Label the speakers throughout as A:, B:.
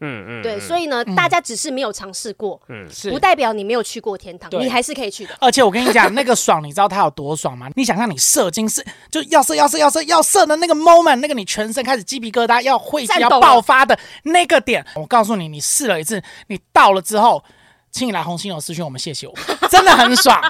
A: 嗯嗯，
B: 对，所以呢，大家只是没有尝试过，
A: 嗯
C: 是
B: 不代表你没有去过天堂，
C: 对
B: 你还是可以去的。
C: 而且我跟你讲，那个爽，你知道它有多爽吗？你想象你射精是就要射要射要射要射的那个 moment，那个你全身开始鸡皮疙瘩要会
B: 战斗
C: 要
B: 了
C: 爆发的那个点，我告诉你，你试了一次，你到了之后，请你来红心有私讯我们，谢谢我，真的很爽。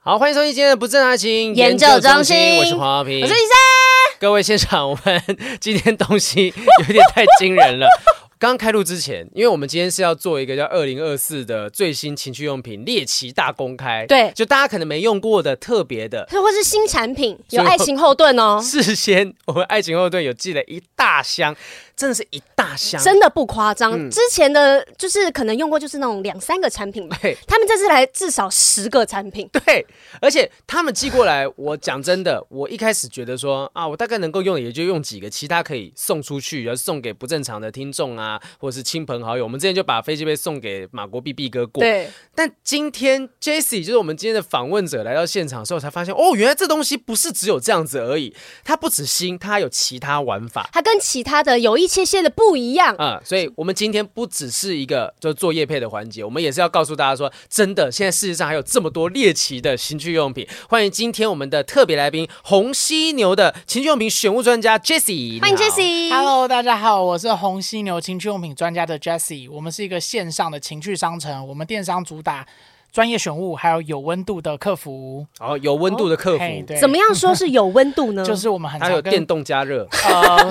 A: 好，欢迎收听今天的不正常情
B: 研究中心
A: 我是黄浩平，
B: 我说医生，
A: 各位现场，我们今天东西有点太惊人了。 刚开录之前，因为我们今天是要做一个叫“二零二四”的最新情趣用品猎奇大公开，
B: 对
A: 就大家可能没用过的特别的，
B: 或是新产品
A: 所以
B: 有
A: 我
B: 爱情后盾哦，
A: 事先我们爱情后盾有寄了一大箱，真的是一大箱，
B: 真的不夸张。
A: 嗯
B: 之前的就是可能用过就是那种两三个产品吧，
A: 对
B: 他们这次来至少十个产品。
A: 对，而且他们寄过来，我讲真的，我一开始觉得说啊，我大概能够用的也就用几个，其他可以送出去，然后送给不正常的听众啊，或者是亲朋好友。我们之前就把飞机杯送给马国碧碧哥过，
B: 对，
A: 但今天 Jesse 就是我们今天的访问者来到现场的时候，才发现哦，原来这东西不是只有这样子而已，它不止新，它还有其他玩法。
B: 它跟其他的有一些些的不一 样。
A: 啊、所以我们今天不只是一个就是做业配的环节，我们也是要告诉大家说，真的，现在世界上还有这么多猎奇的情趣用品。欢迎今天我们的特别来宾红犀牛的情趣用品选物专家 Jesse，
B: 欢迎
A: 你好
B: Jesse。
C: Hello，大家好，我是红犀牛情趣用品专家的 Jesse，我们是一个线上的情趣商城，我们电商主打专业选物，还有有温度的客服。
A: 哦，有温度的客服，
C: 嘿对
B: 怎么样说是有温度呢？
C: 就是我们很
A: 它有
C: 常
A: 电
C: 跟
A: 动加 热，
C: 呃，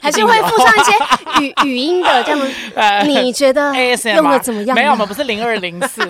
B: 还是会附上一些语 语音的 这样子。
A: 哎
C: 呃
B: 你觉得
C: ASM
B: 用的怎么样呢？
C: 没有，我们不是零二零 四，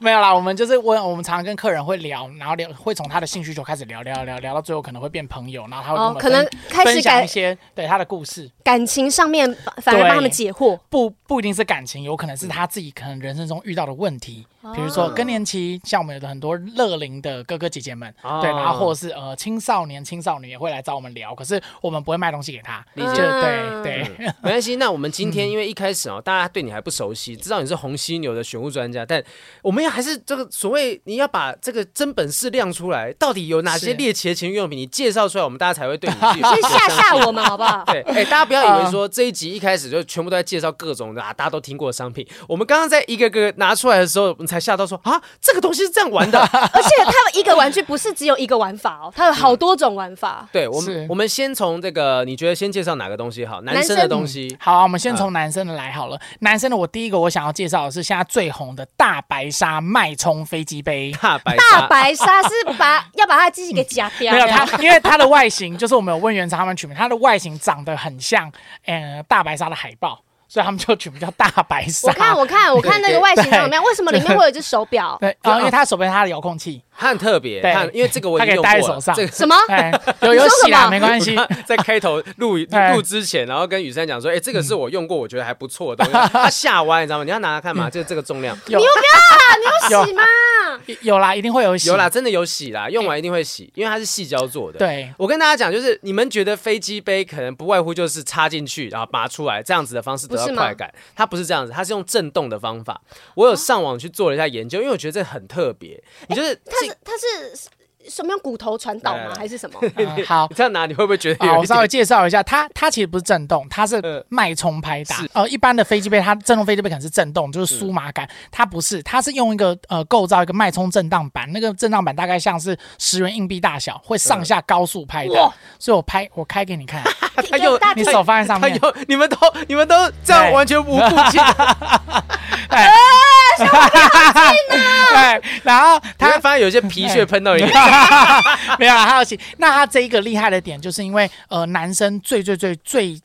C: 没有啦，我们就是问，我们常常跟客人会聊，然后聊会从他的性需求开始聊聊聊聊到最后可能会变朋友，然后他会跟我
B: 哦，
C: 们
B: 可
C: 分、
B: 能开始
C: 分享
B: 感
C: 一些对他的故事，
B: 感情上面反反而
C: 对
B: 帮他们解惑。
C: 不不一定是感情，有可能是他自己可能人生中遇到的问题，比
B: 哦
C: 如说更年期，像我们有的很多乐龄的哥哥姐姐们，
A: 哦
C: 对，然后或者是呃青少年青少年也会来找我们聊，可是我们不会卖东西给他，
A: 理
C: 就
A: 解
C: 对对。
A: 没关系。那我们今
C: 嗯
A: 天因为一开始哦，大家对你还不熟悉，知道你是红犀牛的选物专家，但我们要还是这个所谓你要把这个真本事亮出来，到底有哪些
C: 是
A: 猎奇的情趣用品，你介绍出来，我们大家才会对你 去
B: 先吓吓我们好不好？
A: 对，哎、大家不要以
C: 嗯
A: 为说这一集一开始就全部都在介绍各种的啊，大家都听过的商品。我们刚刚在一个个拿出来的时候，我们才吓到说啊，这个东西是这样玩 的。
B: 而且他们一个玩具不是只有一个玩法哦，它有好多种玩法。
A: 对，我
C: 是
A: 们我们先从这个，你觉得先介绍哪个东西好？男生的
B: 生
A: 东西。
C: 好、我们先从男生的来好了。男生的，我第一个我想要介绍的是现在最红的大白鲨脉冲飞机杯。
A: 大白
B: 大
A: 鲨，
B: 白鲨是把要把它机器给夹掉，
C: 嗯没有它，因为它的外形就是我们有问原厂他们取名，它的外形长得很像，呃，大白鲨的海报，所以他们就取名叫大白鲨。
B: 我看，我看，我看那个外形
C: 对
B: 怎么样？为什么里面会有一只手表？
C: 对，哦然、后因为它手边它的遥控器，
A: 它很特别，
C: 对
A: 它很因为这个我已经
C: 它
A: 用
C: 可以戴
A: 过了
C: 在手上
A: 这个
B: 什么？
C: 哎，有有
B: 你说什
C: 洗啦，
B: 么
C: 没关 系
A: 我。刚在开头 录
C: 哎
A: 录之前，然后跟雨珊讲说，哎、这个是我用过，我觉得还不错 的东西。它下弯，你知道吗？你要拿它干嘛？就这个重量，
C: 有
B: 啊，你有洗吗？
C: 有啦，一定会有 洗。
A: 有啦，真的有洗啦，用完一定会洗，因为它是细胶做的。
C: 对，
A: 我跟大家讲，就是你们觉得飞机杯可能不外乎就是插进去，然后拔出来这样子的方式得到
B: 不是吗
A: 快感，它不是这样子，它是用震动的方法。我有上网去做了一下研究，因为我觉得这很特别。你就是
B: 哎它
A: 进
B: 是它是什么用骨头传导
A: 来来
B: 吗？
A: 来
B: 还是什么？
C: 嗯好
A: 你。这样拿，你会不会觉得
C: 好，
A: 有
C: 我
A: 一
C: 稍微
A: 点？
C: 介绍一下，它它其实不是震动，它
A: 嗯
C: 是脉冲拍打
A: 是。
C: 呃，一般的飞机杯，它震动飞机杯可能是震动，就是酥麻感，它不是，它是用一个呃构造一个脉冲震荡板，那个震荡板大概像是十元硬币大小，会上下高速拍打
B: 哇。
C: 所以我拍我开给你看，
A: 他又
B: 大
C: 你
B: 腿
C: 手放在上
A: 他
C: 面，
A: 有你们都你们都这样
C: 对
A: 完全无顾 忌，
C: 哎，哎，然后
A: 他
C: 它
A: 会发现有些皮屑喷到你脸。
C: 没有啦，还有其那它这一个厉害的点，就是因为呃，男生最最最最。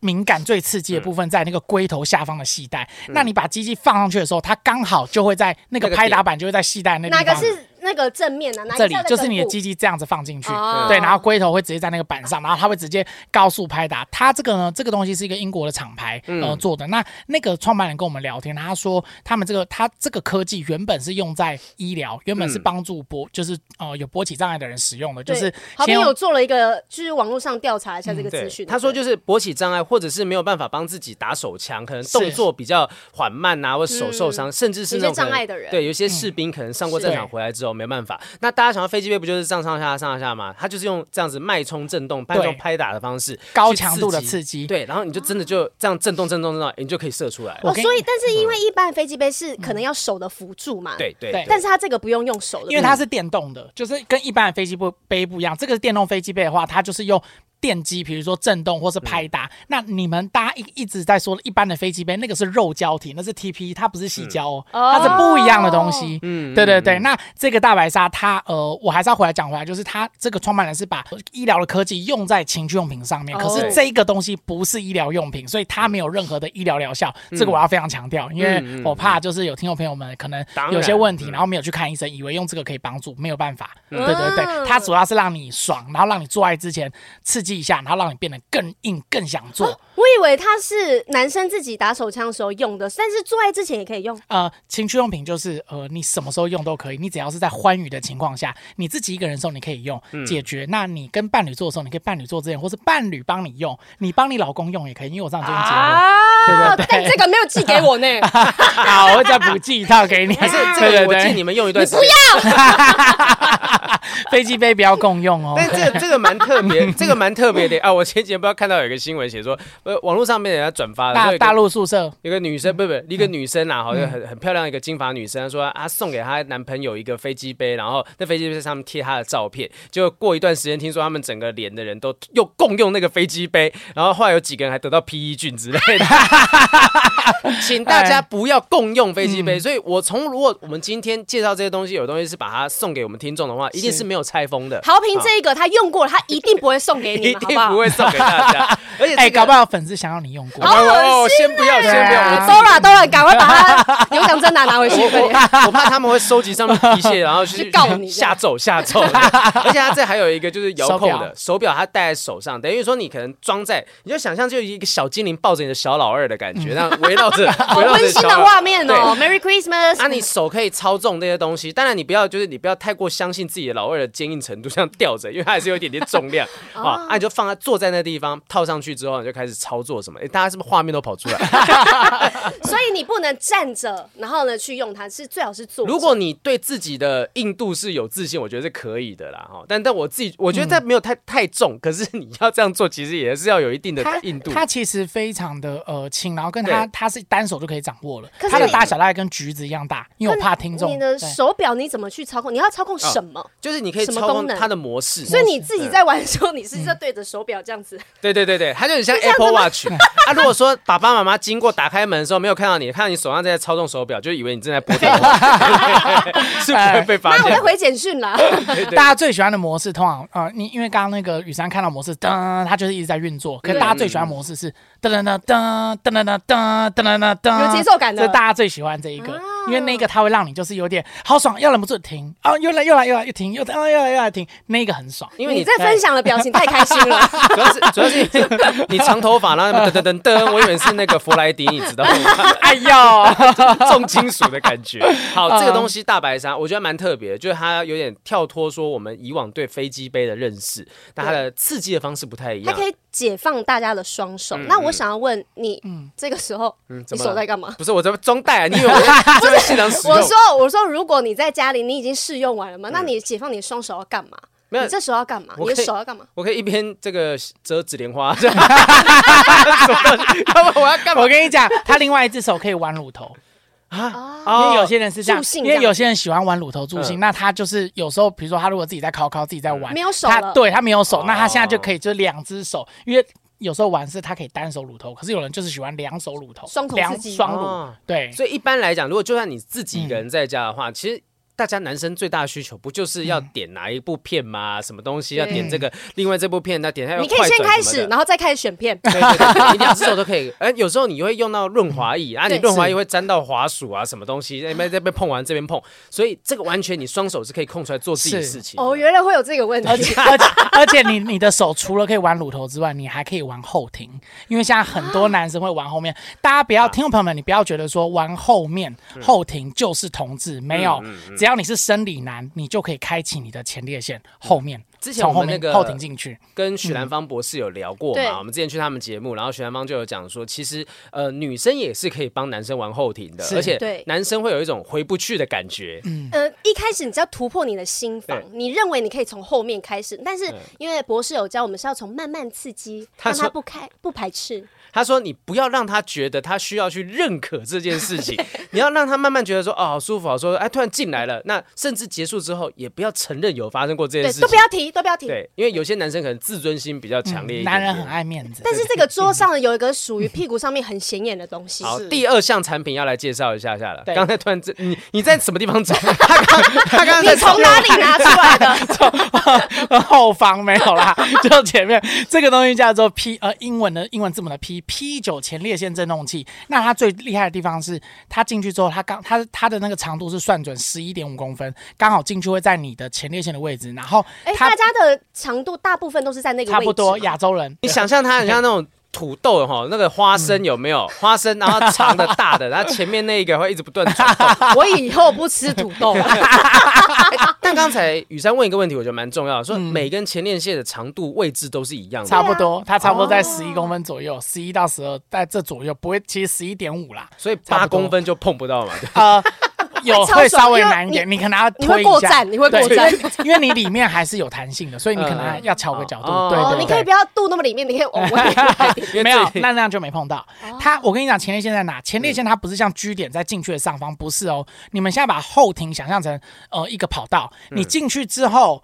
C: 敏感最刺激的部分在那个龟头下方的系带，那你把机器放上去的时候，它刚好就会在嗯那
A: 那
C: 个
A: 个
C: 拍
A: 点
C: 打板就会在系带那地
B: 哪
C: 方。
B: 个是那个正面啊的？哪个
C: 这里
B: 在那个
C: 就是你的
B: 部
C: 机器这样子放进去，
B: 哦
C: 对，然后龟头会直接在那个板上，然后它会直接高速拍打。它这个呢，这个东西是一个英国的厂牌呃做的。那那个创办人跟我们聊天，他说他们这个他这个科技原本是用在医疗，原本是帮助勃就是呃有勃起障碍的人使用的，就
B: 对
C: 是
B: 好朋
C: 先用嗯
B: 友做了一个，就是网络上调查一下这个资
A: 对
B: 讯。
A: 他说
B: 对
A: 就是勃起障碍，或者是没有办法帮自己打手枪，可能动
C: 是
A: 作比较缓慢啊，或手受伤，甚至是
B: 有
A: 那
B: 些
A: 种可能
B: 障碍的
A: 嗯
B: 人
A: 对，有一些士兵可能上过战
C: 是
A: 场回来之后，没办法。那大家想到飞机杯不就是上上下下上上下下吗？它就是用这样子脉冲震动、脉冲拍打的方式，
C: 高
A: 去
C: 强度的刺激
A: 对，然后你就真的就这样震动、震动、震动，你就可以射出来了。
C: 我
B: 哦，
C: 跟嗯
B: 所以但是因为一般飞机杯是可能要手的辅助嘛，
A: 对，对
C: 对
B: 但是它这个不用用手的，
C: 因为它是电动的，就是跟一般的飞机不杯不一样。这个是电动飞机杯的话，它就是用电机，比如说震动或是拍打。那你们大家一一直在说的一般的飞机杯，那个是肉胶体，那是 TP，它不是细胶哦，
B: 嗯
C: 它是不一样的东西。
A: 嗯
C: 对对对，那这个大白鲨，它呃，我还是要回来讲回来，就是它这个创办人是把医疗的科技用在情趣用品上面，
B: 哦
C: 可是这一个东西不是医疗用品，所以它没有任何的医疗疗效。这个我要非常强调，因为
A: 嗯嗯嗯
C: 我怕就是有听众朋友们可能
A: 当然
C: 有些问题，
A: 嗯
C: 然后没有去看医生，以为用这个可以帮助，没有办法。
B: 嗯
C: 对对
B: 嗯
C: 对，它主要是让你爽，然后让你做爱之前刺激一下，然后让你变得更硬、更想做。
A: 啊
B: 我以为它是男生自己打手枪的时候用的，但是做爱之前也可以用。
C: 呃，情趣用品就是呃，你什么时候用都可以，你只要是在欢愉的情况下，你自己一个人的时候你可以用
A: 嗯
C: 解决。那你跟伴侣做的时候，你可以伴侣做之前，或是伴侣帮你用，你帮你老公用也可以，因为我上次已经结婚。
A: 啊
C: 对对对
B: 但这个没有寄给我呢，
C: 好，我再补寄一套给你。
A: 还是 这
C: 对对
A: 个，我建议
C: 对，
A: 啊你们用一段时间。
C: 飞机杯不要共用哦。
A: 但这个这个蛮特别，这个蛮特别的啊！我前几天不知道看到有一个新闻写说，呃，网络上面人家转 发的，说有
C: 大
A: 一个
C: 大陆宿舍
A: 有个女生，
B: 嗯
A: 不不，一个女生啊，好像很很漂亮一个金发女生，她说啊送给她男朋友一个飞机杯，然后那飞机杯上面贴她的照片，结果过一段时间，听说他们整个连的人都又共用那个飞机杯，然后后来有几个人还得到 E PE 菌之类的。请大家不要共用飞机杯，所以我
B: 哎
A: 从如果我们今天介绍这些东西，有东西是把它送给我们听众的话，一定是没有拆封的，
B: 豪平这一个他用过了，他一定不会送给你
A: 一
B: 们，好
A: 定
B: 好？
A: 不会送给大家。而且这个
C: 哎，搞不好粉丝想要你用过。
B: 啊好恶心啊
A: 哦先不要，先不要，我
C: 啊
A: 自己
B: 都了都了，赶快把他牛掌针拿拿回去，快点！
A: 我我怕他们会收集上面的皮屑，然后
B: 去告你
A: 下咒下 咒。而且它这还有一个就是遥控
C: 手
A: 的手表，它戴在手上，等于说你可能装在，你就想象就有一个小精灵抱着你的小老二的感 觉，那样围绕着
B: 好
A: 围绕着
B: 温
A: 小
B: 馨的
A: 老
B: 画
A: 二。
B: 面哦，Merry Christmas！
A: 啊，你手可以操纵那些东西，当然你不要就是你不要太过相信自己的老二的坚硬程度，这样吊着，因为它还是有一点点重 量啊。啊，你就放它坐在那地方，套上去之后，你就开始操作什么？哎，大家是不是画面都跑出来？
B: 所以你不能站着，然后呢去用它，是最好是坐着。
A: 如果你对自己的硬度是有自信，我觉得是可以的啦哈。但但我自己，我觉得
B: 嗯
A: 这没有太、太重，可是你要这样做，其实也是要有一定的
C: 它
A: 硬度。
C: 它其实非常的呃轻，然后跟它它是单手就可以掌握了
B: 可，是
C: 它的
B: 你
C: 大小大概跟橘子一样大，因为我怕听众
B: 你的
C: 对
B: 手表你怎么去操控？你要操控什么？
A: 就是你可以
B: 什么
A: 操控
B: 功能
A: 它的模式，
B: 所以你自己在玩的时候，你是在对着手表这样子。
A: 对对对对，它就很像 Apple Watch 啊。如果说爸爸妈妈经过打开门的时候没有看到你，看到你手上在操纵手表，就以为你正在拨电 话， 是不会被发
B: 那我
A: 现
B: 在。回简讯啦。
A: 对对
C: 大家最喜欢的模式通常呃，你因为刚刚那个雨珊看到模式噔，它就是一直在运作。可是大家最喜欢的模式是噔噔噔噔噔噔噔噔噔噔噔，
B: 有节奏感的
C: 这是大家最喜欢这一个
B: 啊，
C: 因为那个它会让你就是有点好爽，要忍不住停啊，又来又来又来又停，又啊又来又来停，那个很爽。
A: 因为
B: 你
A: 你
B: 在分享的表情太开心 了，
A: 主要是主要是因为你长头发，然后那边噔噔噔噔，我以为是那个弗莱迪，你知道 吗？
C: 哎呦，
A: 重金属的感觉。
B: 嗯
A: 好，这个东西大白鲨，我觉得蛮特别的，就是它有点跳脱说我们以往对飞机杯的认识，但它的刺激的方式不太一
B: 它
A: 样
B: 可。以解放大家的双手。那我想要问你，这个时候
A: 嗯怎
B: 你
A: 么
B: 手
A: 了
B: 在干嘛？
A: 不是我在装袋啊，你以为 我这边现场使用嗯
B: 我？说，我说，如果你在家里你已经试用完了嘛，那你解放你的双手要干嘛？
A: 没有
B: 你这手要干嘛？
A: 我
B: 你
A: 可以
B: 的手要干嘛？
A: 我可以一边这个折纸莲花，这样 什么东西 要不然我要干嘛
C: 我跟你讲，它另外一只手可以玩乳头。
A: 啊？
C: 因为有
A: 哦，
C: 些人是这样
B: 助，兴
C: 因
B: 这样
C: 为有些人喜欢玩乳头助兴，
A: 嗯
C: 那他就是有时候，比如说他如果自己在敲敲，自己在玩，
B: 嗯没有手
C: 他
B: 了
C: 对他没有手
A: 哦，
C: 那他现在就可以就两只手，因为有时候玩是他可以单手乳头，可是有人就是喜欢两手乳头，
B: 双头
C: 两
B: 刺激
C: 双乳，
A: 哦
C: 对，
A: 所以一般来讲，如果就算你自己一个人在家的
B: 嗯
A: 话，其实。大家男生最大的需求不就是要点哪一部片吗？什么东西要点这个？另外这部片，那点它要
B: 嗯你可以
A: 快
B: 先
A: 转
B: 开
A: 什么的
B: 始，然后再开始选 片。
A: 对对对，你两只手都可 以。哎，有时候你会用到润滑液啊，你
B: 对
A: 润滑
C: 是
A: 液会沾到滑鼠啊，什么东西，那边这边碰完这边碰，所以这个完全你双手是可以空出来做自己的
C: 是
A: 事情。
B: 哦，原来会有这个问
C: 而
B: 题。
C: 且而且而且你你的手除了可以玩乳头之外，你还可以玩后庭，因为现在很多男生会玩后面。
A: 嗯
C: 大家不要，听众朋友们，你不要觉得说玩后面后庭就是同志，没有，只要你是生理男，你就可以开启你的前列腺后面，
A: 之前
C: 从
A: 我
C: 后
A: 们
C: 面
A: 那个
C: 后庭进去，
A: 跟许兰芳博士有聊过
B: 嗯对
A: 嘛？我们之前去他们节目，然后许兰芳就有讲说，其实呃，女生也是可以帮男生玩后庭的，
C: 是
A: 而且
B: 对
A: 男生会有一种回不去的感觉。
B: 呃，一开始你只要突破你的心防
A: 对，嗯
B: 你认为你可以从后面开始，但是因为博士有教我们是要从慢慢刺激，
A: 他
B: 让
A: 说
B: 他不开不排斥。
A: 他说，你不要让他觉得他需要去认可这件事 情，你要让他慢慢觉得说，哦，好舒服，好舒服，哎，突然进来了。那甚至结束之后，也不要承认有发生过这件
B: 对，
A: 事
B: 都不
A: 情。
B: 要提，都不要提。
A: 对，因为有些男生可能自尊心比较强烈一点点、
C: 男人很爱面子。
B: 但是这个桌上有一个属于屁股上面很显眼的东西，
C: 嗯
A: 好，
B: 是
A: 第二项产品要来介绍一下下了。
C: 对
A: 刚才突然之，你你在什么地方 找？他刚他刚刚
B: 你
A: 在
B: 从哪里拿出来 的？
C: 后方没有啦， 就前面这个东西叫做 P 呃英文的英文字母的 P P 九前列腺振动器。那它最厉害的地方是，它进去之后，它刚它它的那个长度是算准十一点五公分，刚好进去会在你的前列腺的位置，然后
B: 哎，
C: 它
B: 大家的长度大部分都是在那个
C: 差不多
B: 位置哦
C: 亚洲人。
A: 你想象它很像那种土豆哈，那个花生有没有？ 花生，然后长的、大的，然后前面那一个会一直不断转动。
B: 我以后不吃土豆啊了。
C: 嗯
A: 但刚才雨珊问一个问题，我觉得蛮重要的，说每根前列腺的长度位置都是一样的，
C: 差不
B: 啊
C: 多，它差不多
B: 哦
C: 在十一公分左右，十一到十二，在这左右，不会，其实十一点 五啦，
A: 所以八
C: 差不多
A: 公分就碰不到嘛。
C: 呃，有
B: 哎超
C: 会
B: 爽
C: 稍微
B: 因为
C: 难一点，你可能要
B: 你会
C: 推一
B: 过
C: 下
B: 站你会
C: 对
B: 过站
C: 因为因为你里面还是有弹性的，所以你可能
A: 嗯嗯
C: 要调个角度，
A: 哦
C: 对
B: 哦
C: 对，对。
B: 你可以不要肚那么里面，你可以哦往 外。
A: 因为
C: 没有，
A: 最
C: 那那样就没碰到。
B: 哦
C: 它，我跟你讲，前列腺在哪？前列腺它不是像 G 点在进去的上方，不是哦。你们现在把后庭想象成呃一个跑道，
A: 嗯
C: 你进去之后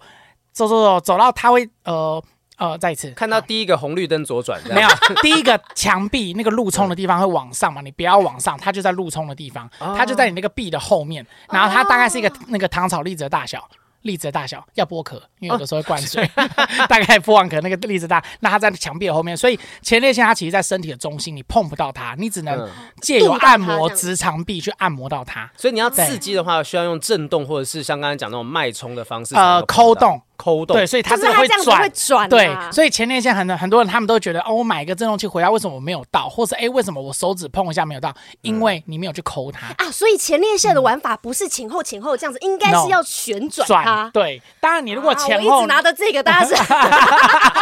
C: 走走走走到它会呃呃再一次
A: 看到第一个红绿灯左转，这样
C: 没有，第一个墙壁那个路冲的地方会往上嘛，你不要往上，它就在路冲的地方，
A: 哦
C: 它就在你那个壁的后面，然后它大概是一个那个糖炒栗子的大小。栗子的大小要剥壳，因为有的时候会灌水，
A: 哦
C: 大概剥完壳那个栗子大，那它在墙壁的后面，所以前列腺它其实，在身体的中心，你碰不到它，你只能
A: 嗯
C: 借由
B: 动到它
C: 按
B: 这
C: 摩
B: 样
C: 直肠壁去按摩到它。
A: 所以你要刺激的话，需要用震动或者是像刚才讲那种脉冲的方式，
C: 呃
A: 才能够碰到
C: 抠动，
A: 抠动，
C: 对，所以它
B: 就是
C: 这个
B: 它
C: 会
B: 这样子
C: 转，
B: 会转
C: 对
B: 啊，
C: 所以前列腺很多很多人他们都觉得，哦，我买一个振动器回家，为什么我没有到？或者哎，为什么我手指碰一下没有到？因为你没有去抠它。
B: 啊，所以前列腺
C: 嗯
B: 的玩法不是前后前后这样子，应该
C: No
B: 是要旋 转
C: 嗯转
B: 它。
C: 对，当然你如果
B: 啊
C: 前
B: 我一
C: 后
B: 直，拿着这个，大家是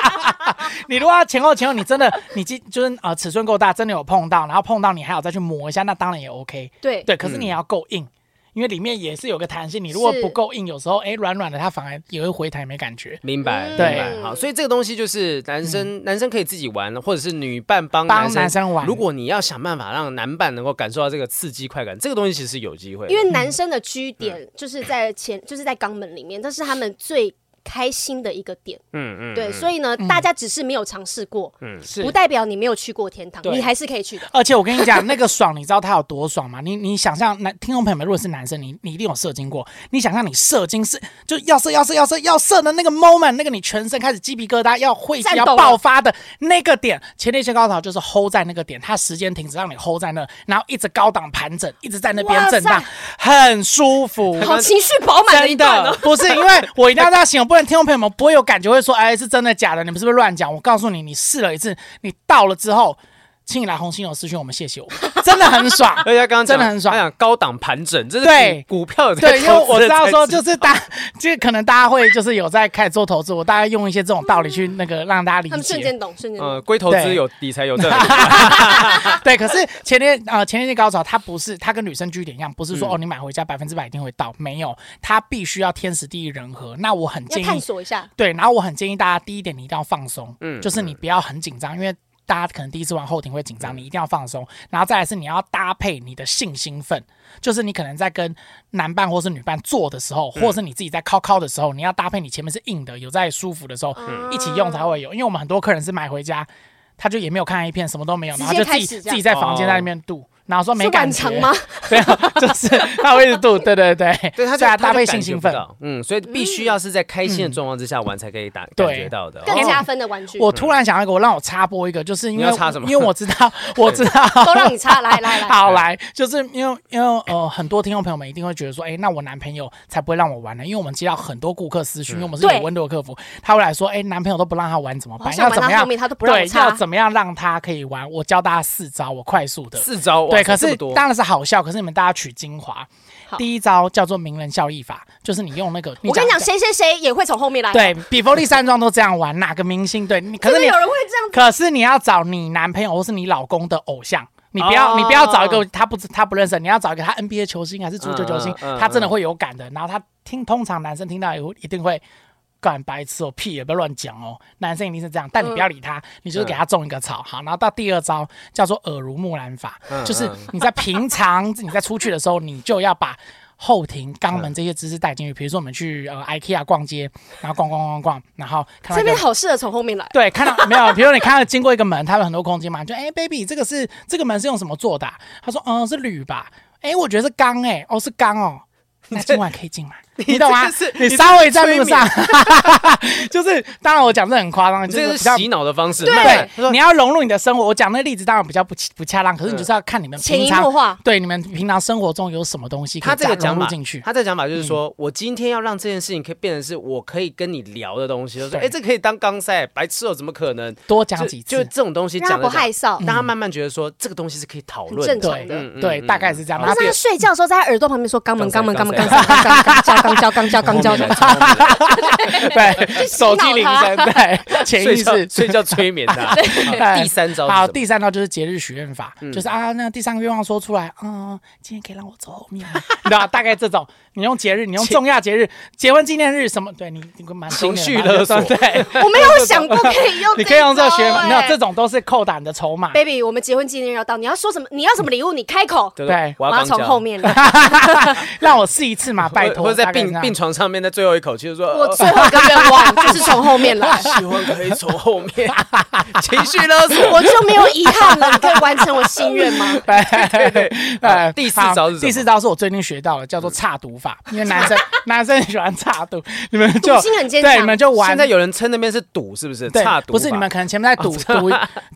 C: 你如果要前后前后，你真的 你记就是呃尺寸够大，真的有碰到，然后碰到你还有再去磨一下，那当然也 OK。
B: 对
C: 对，可是你也要够硬，因为里面也是有个弹性，你如果
B: 是
C: 不够硬，有时候哎软软的，它反而也会回弹没感觉。
A: 明白，明
B: 嗯
A: 白。
C: 对
A: 好，所以这个东西就是男生、男生可以自己玩，或者是女伴帮
C: 嗯帮
A: 男生
C: 男生玩
A: 如果你要想办法让男伴能够感受到这个刺激快感，这个东西其实有机会的。
B: 因为男生的居
A: 嗯
B: 点就是在前，就是在肛门里面，这是他们最开心的一个点。
A: 嗯嗯，
B: 对，所以呢，大家只是没有尝试过，
C: 是
B: 不代表你没有去过天堂，
C: 对
B: 你还是可以去的。
C: 而且我跟你讲，那个爽，你知道它有多爽吗？你你想象男听众朋友们，如果是男生，你你一定有射精过。你想象你射精是就要射要射要射要射的那个 moment，那个你全身开始鸡皮疙瘩要会
B: 战斗
C: 要
B: 了
C: 爆发的那个点，前列腺高潮就是 hold 在那个点，它时间停止让你 hold 在那，然后一直高档盘整，一直在那边
B: 哇
C: 震荡
B: 塞，
C: 很 舒服。
B: 好情绪饱满的一
C: 真
B: 段哦
C: 的。不是因为我一定要这样形容，不然听众朋友们不会有感觉，会说哎是真的假的，你们是不是乱讲？我告诉你，你试了一次，你到了之后，请你来红心有私讯我们，谢谢我们，真的很爽。
A: 而且他刚刚讲
C: 真的很爽
A: 他讲高档盘整，这是
C: 对
A: 股股票有在
C: 对，因为
A: 投资
C: 我
A: 的
C: 知道
A: 才
C: 说，就是大， 就是可能大家会就是有在开始做投资，我大概用一些这种道理去那个让大家理
B: 他们瞬
C: 解。
B: 间懂，瞬间懂。
A: 呃，归投资
C: 对
A: 有理财有 证，
C: 对，可是前列呃前列腺高潮，它不是它跟女生居点一样，不是说、哦你买回
B: 嗯
C: 家百分之百一定会到，没有，它必须要天时地利人和。那我很
B: 要
C: 建
B: 探
C: 议
B: 索一下，
C: 对，然后我很建议大家，第一点你一定要放松，
A: 嗯嗯
C: 嗯，就是你不要很紧张，因为大家可能第一次玩后庭会紧张，你一定要放松。然后再来是你要搭配你的性兴奋，就是你可能在跟男伴或是女伴做的时候，或
A: 嗯
C: 是你自己在靠靠的时候，你要搭配你前面是硬的，有在舒服的时候、
A: 嗯
C: 一起用才会有。因为我们很多客人是买回家，他就也没有看 A 片，什么都没有，
B: 直
C: 然
B: 接
C: 后就自
B: 开
C: 己
B: 始这
C: 自
B: 样
C: 己在房间
A: 哦
C: 在那边度。然后说没
B: 是
C: 感
B: 晚
C: 觉
B: 长 吗？？
C: 没有，就是他会一直度，对对对，
A: 对，他就
C: 所以
A: 他
C: 要搭
A: 就
C: 配
A: 感
C: 性
A: 觉
C: 兴
A: 不
C: 奋。
A: 到嗯，所以必须要是在开心的状况之下玩才可以打感
C: 嗯对
A: 觉到的。
B: 更
A: 哦
B: 加分的玩具，
C: 我突然想到一个，我让我插播一个，就是因
A: 你
C: 为
A: 要插什么
C: 因为我知 道，我知道，
B: 都让你插，来来来，
C: 好来，就是因为因为呃，很多听众朋友们一定会觉得说，哎、那我男朋友才不会让我玩呢，因为我们接到很多顾客
A: 嗯
C: 私讯，因为我们是
B: 对
C: 有温度的客服，他会来说，哎、男朋友都不让他玩怎么
B: 我好
C: 办？
B: 想
C: 要
B: 玩
C: 怎么
B: 到后
C: 样？
B: 面他都不让我
C: 对，要
B: 插。
C: 怎么样让他可以玩？我教大家四招，我快速的。
A: 哎四招，哇塞
C: 对，可
A: 这
C: 是
A: 么多
C: 当然是好笑，可是你们大家取精华
B: 好。
C: 第一招叫做名人效益法，就是你用那个，
B: 我跟你讲，谁谁谁也会从后面来。，
C: 对，比佛利山庄都这样玩，哪个明星对你？可
B: 真
C: 是
B: 的
C: 你
B: 有人会这样子。
C: 可是你要找你男朋友或是你老公的偶像，你不要、
A: 哦
C: 你不要找一个他不知他不认识，你要找一个他 NBA 球星还是足球球星，
A: 嗯嗯嗯
C: 他真的会有感的。然后他听，通常男生听到以后一定会。干白痴哦，屁也不要乱讲哦。男生一定是这样，但你不要理他，你就是给他种一个草。好，然后到第二招叫做耳濡目染法，
A: 嗯
C: 就是
A: 嗯
C: 你在平常你在出去的时候，你就要把后庭、肛门这些知识带进去。比如说我们去呃 IKEA 逛街，然后逛逛逛逛，然后看到
B: 这
C: 一个
B: 边好适合从后面来，
C: 对，看到没有？比如你看到经过一个门，它有很多空间嘛，你就哎、b a b y 这个是这个门是用什么做的啊、他说，嗯，是铝吧？哎、我觉得是钢，哎，哦，是 钢哦。那今晚可以进来，你懂吗
A: 这是？
C: 你
A: 你
C: 稍
A: 这
C: 微在
A: 是
C: 路
A: 催
C: 上， 就是当然我讲这很夸张，
A: 你
C: 就
A: 这
C: 是
A: 是
C: 比较
A: 洗脑的方式。
B: 对
A: 慢慢
C: 对，你要融入你的生活。我讲那例子当然比较不不恰
A: 呃
C: 当，可是你就是要看你们
B: 潜
C: 平
B: 移
C: 常
B: 默化。
C: 对你们平常生活中有什么东西可以
A: 他这个
C: 加
A: 讲
C: 融入
A: 法
C: 进去，。嗯
A: 他这个讲法就是说，我今天要让这件事情可以变成是我可以跟你聊的东西，就是说，
C: 对
A: 哎，这可以当钢塞，白痴哦，怎么可能？
C: 多
A: 就
C: 讲几
A: 就
C: 次，嗯
A: 这种东西
B: 让他
A: 讲
B: 不
A: 的，
B: 害臊，
A: 让他慢慢觉得说这个东西是可以讨
B: 很
A: 论
B: 正
A: 的。
B: 常的。
C: 对
A: 嗯嗯
C: 对，
A: 嗯
C: 大概是这样。
A: 好
C: 然后
B: 但是
C: 第
B: 他睡觉的时候，在他耳朵旁边说肛门、肛门、肛
A: 肛
B: 门、肛门、肛交、肛交、肛交、肛交。
C: 对，手机铃声，对，潜
A: 睡
C: 意
A: 觉
C: 识。
A: 睡觉催眠 他。好第三招
C: 好，
A: 是什么？嗯
C: 第三招就是节日许愿法，就是啊，那第三个愿望说出来，嗯，今天可以让我走后 面吗，你知道吧，大概这种，你用节日，你用重要节日，结婚纪念日什么，对你，你蛮
A: 情绪
C: 蛮
A: 勒索
C: 对，
B: 我没有想过可以用，
C: 你可以用这个学，
A: 哦
C: 你
A: 哎
C: 知道这
B: 种。
C: 种都是扣打你的筹码，
B: baby，我们结婚纪念日要到，你要说什么？你要什么礼物？你开口，
A: 对
C: 对
A: 我
B: 我
A: 要
B: 要
A: 刚
B: 从
A: 讲
B: 后。面来。
C: 让我试一次 嘛，拜
A: 或
C: 托，
A: 者在
C: 大概
A: 病
C: 这样
A: 病床上面，在最后一口气就说：“
B: 我
A: 呃
B: 最后一个愿望就是从后面来，
A: 喜欢可以从后 面，情绪勒索。”
B: 我就没有遗憾了。你可以完成我心愿吗？
C: 对对对，
A: 好
C: 呃，
A: 第四
C: 好
A: 招是什么
C: 第四招是我最近学到 的，叫做差读法，因为男生 男生喜欢差读，你们就
B: 赌性很坚强
C: 对，你们就玩
A: 现在有人称那边是赌，是不是？
C: 对
A: 差，赌
C: 不是
A: 法
C: 你们可能前面在赌
A: 哦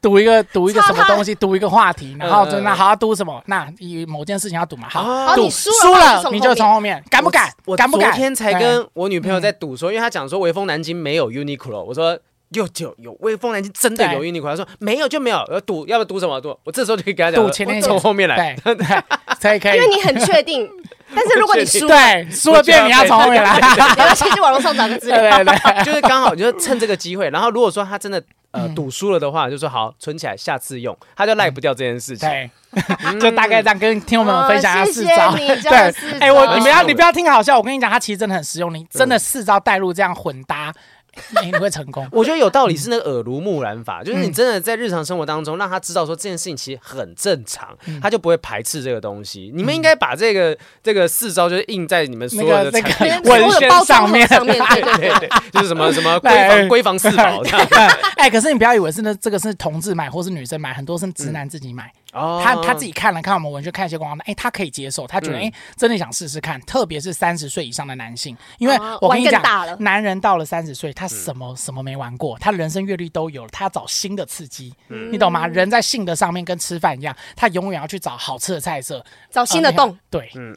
C: 赌一赌一个赌一个
B: 差
C: 什么
B: 他
C: 东西，赌一个话题，然后就
A: 嗯
C: 那好要赌什么，那以某件事情要赌嘛，
A: 哦
C: 好
B: 你
C: 赌
B: 输
C: 输
B: 了
C: 了
B: 就从
C: 你
B: 后
C: 就
B: 面
C: 从后面，敢不敢
A: 我？
C: 敢不敢？
A: 昨天才
C: 对
A: 跟我女朋友在赌说，因为她讲说微风南京没有 Uniqlo，我说。有有有，微风南京真的有 Uniqlo，她说没有就没有，要赌要不赌什么赌？我这时候就可以跟她讲，
C: 赌前
A: 我
C: 面
A: 从后面来，
C: 对，对 可以可以
B: 因为，你很确定，但是如果你输了，
C: 对输了变你要从后面来，
B: 你要先去网络上找个资
C: 对
B: 料。
C: 对对。 嗯
A: 就是刚好你就趁这个机会。然后如果说她真的呃赌输了的话，就说好存起来，下次用，她就赖不掉这件事情。
C: 对， 就大概这样跟听众朋友们分享一下
B: 哦
C: 四招。
B: 谢谢 你教的四招
C: 对，哎，我你不要
A: 嗯
C: 你不要听好笑，我跟你讲，它其实真的很实用，你真的四招带入这样混搭，你你会成功。
A: 我觉得有道理是那个耳濡目染法，
C: 嗯
A: 就是你真的在日常生活当中让他知道说这件事情其实很正常，
C: 嗯
A: 他就不会排斥这个东西。你们应该把这个这个四招就是印在你们所
C: 那
A: 有
C: 个
A: 的
C: 那
A: 产品，
C: 个
B: 所有的
C: 文宣
B: 包装
C: 上面，
B: 上面对
A: 对 对，就是什么什么
C: 来
A: 闺房闺房四宝这样。
C: 哎，可是你不要以为是那这个是同志买或是女生买，很多是直男自己买。
A: 哦
C: 他他自己看了看我们文学，看一些广告，哎，他可以接受，他觉得
A: 嗯
C: 哎，真的想试试看。特别是三十岁以上的男性，因为
B: 哦
C: 我跟
B: 玩
C: 你
B: 更
C: 讲
B: 大了，嗯
C: 男人到了三十岁，他什么什么没玩过，他人生阅历都有了，他要找新的刺激，
B: 嗯
C: 你懂吗？人在性的上面跟吃饭一样，他永远要去找好吃的菜色，
B: 找新的洞嗯
C: 呃。对，
A: 哦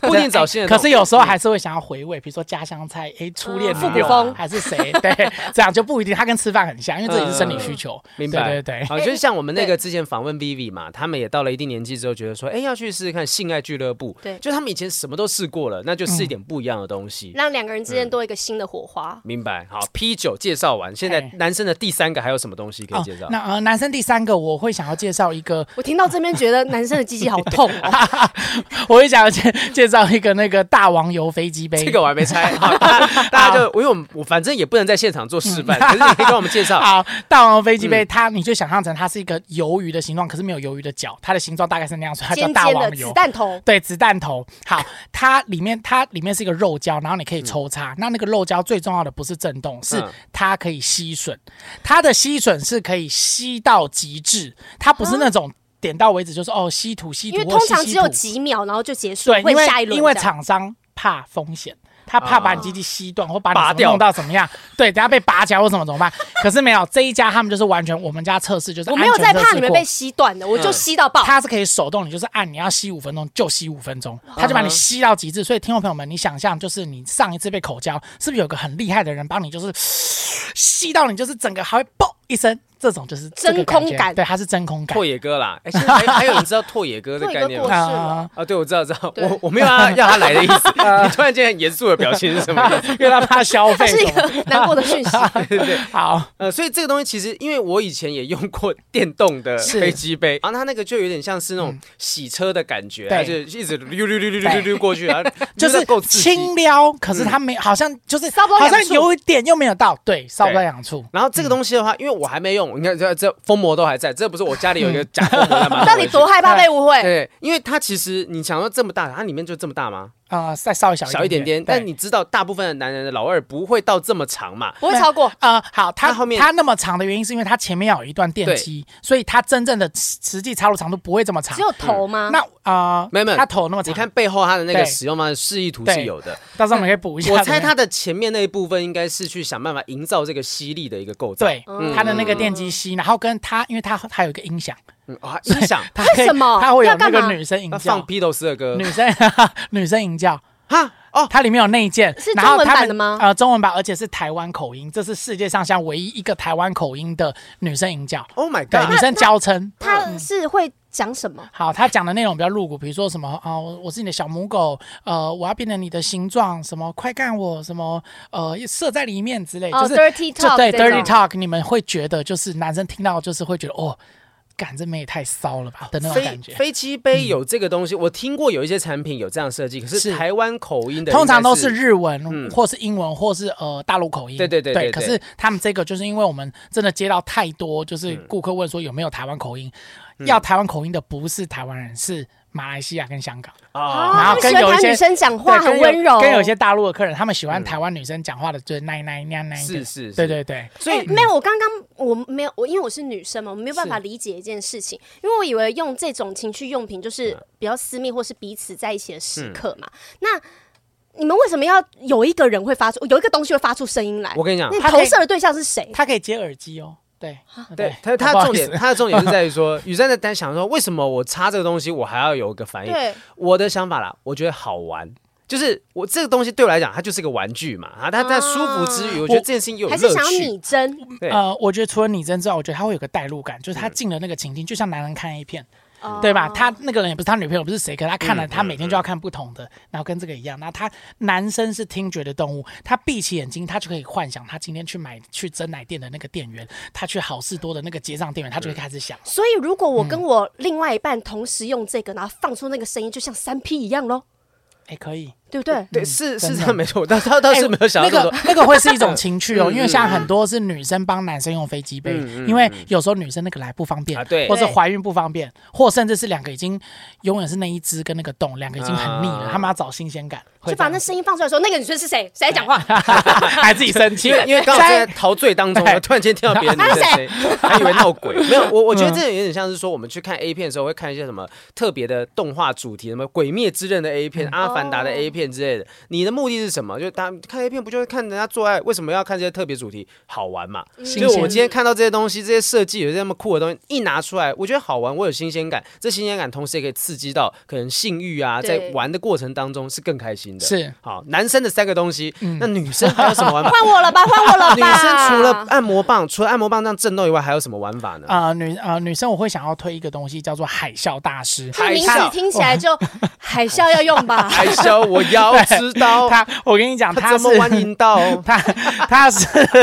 A: 不一定找新嗯人，
C: 可是有时候还是会想要回味，比如说家乡菜，哎，初恋
B: 嗯
C: 女
B: 复古
C: 友
B: 风
C: 还是谁？对， 这样就不一定，他跟吃饭很像，因为这也是生理需
A: 嗯
C: 求。
A: 明白
C: 对对对。
A: 啊，就是像我们那个之前访问 Vivi 嘛，他们也到了一定年纪之后，觉得说，哎，要去试试看性爱俱乐部。
B: 对
A: 就他们以前什么都试过了，那就试一点不一样的东西。
B: 让两个人之间多一个新的火花。
A: 明白，好，P 九介绍完，现在
C: 哎
A: 男生的第三个还有什么东西可以介绍？
C: 那呃，男生第三个我会想要介绍一个，
B: 我听到这边觉得男生的鸡鸡好痛哦，
C: 我会想要介介绍一个那个大王油飞机杯。
A: 这个我还没猜，好，大家大家就因为我们我反正也不能在现场做示范，可是你可以跟我们介绍。
C: 好，大王油飞机
A: 嗯
C: 杯，它你就想象成它是一个鱿鱼的形状，可是没有鱿鱼的脚，它的形状大概是那样，所以它叫
B: 尖
C: 大
B: 尖的
C: 王
B: 子
C: 油。
B: 弹头，
C: 对，子弹头。好，它里面它里面是一个肉胶，然后你可以抽插。那那个肉胶最重要的不是震动，是
A: 嗯
C: 它可以吸吮，它的吸吮是可以吸到极致，它不是那种点到为止，就是哦吸吐吸
B: 啊因
C: 吐
B: 为
C: 或
B: 通
C: 吸
B: 常
C: 吸
B: 只有
C: 吐。
B: 几秒，然后就结束，
C: 对，因
B: 会
C: 为
B: 下一轮
C: 因为
B: 这样
C: 厂商怕风险。他怕把你机器吸断，或把你
A: 拔
C: 什么
A: 掉
C: 弄到怎么样？对，等下被拔起来或什么怎么办？ 可是没有这一家，他们就是完全我们家测试就是
B: 我没有
C: 安全
B: 在
C: 测
B: 怕
C: 试
B: 你们
C: 过嗯
B: 被吸断的，我就吸到爆。
C: 它是可以手动，你就是按你要吸五分钟就吸五分钟，
B: 哦
C: 它就把你吸到极致。所以听众朋友们，你想象就是你上一次被 口交，是不是有个很厉害的人帮你就是吸到你就是整个还会嘣一声，这种就是这个
B: 真空
C: 觉
B: 感
C: 对，它是真空感
A: 拓。野哥啦，哎，现在还还有人知道拓野哥这
B: 做一
A: 概
B: 个
A: 念
B: 过世
A: 吗？
B: 了，
A: 啊，对，我知道，知道，
B: 对
A: 我我没有要要他来的意思。你突然间很严肃的表情是什么意思？
C: 因为他怕消
B: 它
C: 费
B: 是一
C: 什么。
B: 个难过的 讯息。
A: 对对对，
C: 好，
A: 呃，所以这个东西其实，因为我以前也用过 电动的
C: 是
A: 飞机杯，然后它那个就有点像是那种洗车的感觉，它就
C: 对
A: 一直溜溜溜溜溜溜溜过去，然后
C: 就是
A: 够刺激。
C: 轻撩，可是它没，好像就是
B: 嗯搔不到
C: 好像
B: 痒处
C: 有一点又没有到，对，烧不到
A: 对
C: 痒处。
A: 然后这个东西的话，因为我还没用，你看这这封膜都还在，这不是我家里有一个假封膜在吗？
B: 到底多害怕被误 会？
A: 对，因为它其实你想说这么大，它里面就这么大吗？
C: 啊，再稍微小
A: 小一点点，
C: 对
A: 但你知道大部分的男人的老二不会到这么长嘛？
B: 不会超过。
C: 呃，好，它
A: 那后面
C: 它那么长的原因是因为它前面要有一段电机，所以它真正的实实际插入长度不会这么长
B: 只。有头吗？
C: 嗯那啊，
A: 没有没有
C: 它头那么
A: 你
C: 长，
A: 看背后它的那个
C: 对
A: 使用方式示意图是
C: 对
A: 有的，
C: 到时候我们可以补一下。
A: 我猜它的前面那一部分应该是去想办法营造这个吸力的一个构造。
C: 对
B: 嗯
C: 它的那个电机吸，然后跟它，因为它还有一个音响，
A: 嗯，啊，音 响
C: 它可以
B: 为什么
C: 它会有
B: 要
C: 那
B: 干嘛
C: 个女生营
A: 那放
C: 教，
A: 披头士的歌
C: 女生 女生营教。
A: 哈哦，
C: 它里面有内建，
B: 是
C: 然后
B: 中文
C: 他
B: 版
C: 们
B: 的吗
C: 呃，中文版，而且是台湾口音，这是世界上像唯一一个台湾口音的女生营
B: 哦
C: 教，
A: ，Oh my
C: 对，女
A: god！
C: 生娇嗔。
B: 他是会讲什么？
C: 好，他讲的内容比较露骨，比如说什么啊、我我是你的小母狗，呃，我要变成你的形状，什么快干我，什么呃，射在里面之类，
B: 哦
C: 就是
B: ，dirty
C: 就
B: talk，
C: 对
B: 这种
C: dirty talk，你们会觉得就是男生听到就是会觉得哦，感这妹也太骚了吧的那种
A: 飞
C: 感觉。嗯
A: 飞机杯有这个东西，我听过有一些产品有这样设计，可是
C: 是
A: 台湾口音的
C: 通常都
A: 应该是
C: 是日文、
A: 嗯
C: 或是英文或是呃大陆口音。
A: 对对对对
C: 可
A: 对
C: 是他们这个就是因为我们真的接到太多，就是顾客问说有没有台湾口音，
A: 嗯
C: 要台湾口音的不是台湾人，是马来西亚跟香港。
A: 啊，
C: 然
B: 啊，
C: 后
B: 我
C: 跟
B: 喜欢
C: 有一
B: 他
C: 些
B: 女生讲
C: 对
B: 话很
C: 跟有
B: 温柔，
C: 跟有一些大陆的客人，他们喜欢
A: 嗯
C: 台湾女生讲话的，就是奶奶娘奶的。
A: 是是，是，
C: 对对对，
A: 所以
B: 哎没有，我刚刚我没有，我因为我是女生嘛，我没有办法
A: 是
B: 理解一件事情，因为我以为用这种情趣用品就是
A: 嗯
B: 比较私密或是彼此在一起的时刻嘛。那你们为什么要有一个人会发出有一个东西会发出声音来
A: 我？跟你讲，
B: 那
C: 他
B: 投
C: 可以
B: 射的对象是谁？
C: 他可以接耳机哦。对
A: 对他他
C: 不
A: 的
C: 好
A: 重
C: 意
A: 点
C: 思
A: 他的重点是在于 说，雨珊在单想说，为什么我插这个东西，我还要有个反应？
B: 对，
A: 我的想法啦，我觉得好玩。就是我这个东西对我来讲，它就是个玩具嘛，啊，它它舒服之余，我觉得这件事情有乐
B: 还是想要
A: 趣。
B: 拟真？
A: 对嗯
C: 呃，我觉得除了你真之外，我觉得他会有个代入感，就是他进了那个情境，就像男人看 A 片。
B: 哦
C: 对吧？他那个人也不是他女朋友，不是谁，可是他看了，
A: 嗯
C: 他每天就要看不同的，然后跟这个一样。然后他男生是听觉的动物，他闭起眼睛，他就可以幻想他今天去买去真奶店的那个店员，他去好事多的那个结账店员，他就会开始想。
B: 所以如果我
A: 嗯
B: 跟我另外一半同时用这个，然后放出那个声音，就像三 P 一样喽，
C: 哎，可 以，
B: 对不对？
A: 对，是是
C: 真
A: 这
C: 的
A: 样没错，我倒倒倒是没有想到
B: 哎
C: 那
A: 这么
C: 个
A: 多。
C: 那个会是一种情趣 哦，
A: 嗯
C: 因为像很多是女生帮男生用飞机杯，因为有时候女生那个来不方便
A: 啊，对
C: 或是怀孕不方便，或甚至是两个已经永远是那一只跟那个洞，两个已经很腻了
A: 啊，
C: 他们要找新鲜感，会
B: 就把
C: 这样
B: 那声音放出来的时候，那个女生是
A: 哎
B: 谁？谁在 讲话？
C: 还自己生气
A: 因为因为刚好
C: 现
A: 在
C: 在哎
A: 陶醉当中，
C: 对
A: 我突然间听到 别人的声音，还以为闹鬼。没有，我我觉得这有点像是说，我们去看 A 片的时候会看一些什么特别的动画主题，什么《鬼灭之刃》的 A
C: 嗯
A: 片、阿凡达》
C: 哦
A: 的 A 片之类的。你的目的是什么？就大家看 A 片不就是看人家做爱？为什么要看这些特别主题？好玩嘛。
C: 嗯新
A: 就
C: 鲜
A: 我今天看到这些东西，这些设计有些那么酷的东西，一拿出来，我觉得好玩，我有新鲜感。这新鲜感同时也可以刺激到可能性欲啊，
B: 对
A: 在玩的过程当中是更开心的。
C: 是
A: 好，男生的三个东西，
C: 嗯
A: 那女生还有什么玩法？
B: 换我了吧，换我了吧。
A: 女生除了按摩棒，除了按摩棒这样震动以外，还有什么玩法呢？
C: 啊、女啊、女生我会想要推一个东西叫做海啸大师。
B: 这个名
A: 海啸
B: 字听起来
A: 哦
B: 就海啸要 用吧？
A: 海啸，我要知 道
C: 他，我跟你讲，
A: 他
C: 他
A: 怎哦么
C: 是
A: 玩 阴道？
C: 他他